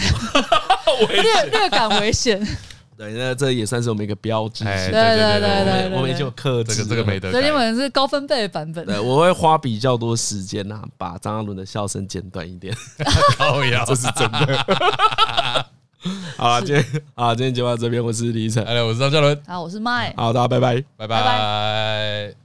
Speaker 4: 略略感危险。
Speaker 1: 对，那这也算是我们一个标志。
Speaker 2: 哎，
Speaker 1: 我
Speaker 2: 对对
Speaker 4: 对对对
Speaker 1: 们我们就克
Speaker 2: 这
Speaker 1: 制
Speaker 2: 个这个没
Speaker 1: 了。
Speaker 2: 得
Speaker 4: 啊所以你
Speaker 2: 改。
Speaker 4: 们是高分贝的版本。
Speaker 1: 对，我会花比较多时间呐、啊，把张阿伦的笑声剪短一点，
Speaker 2: 靠呀，
Speaker 1: 这是真的。好啦，今天啊，今天节目到这边，我是李晨，
Speaker 2: 哎，我是张嘉伦，
Speaker 4: 啊，我是麦。
Speaker 1: 好，大家拜拜。
Speaker 2: 拜
Speaker 4: 拜
Speaker 2: 拜。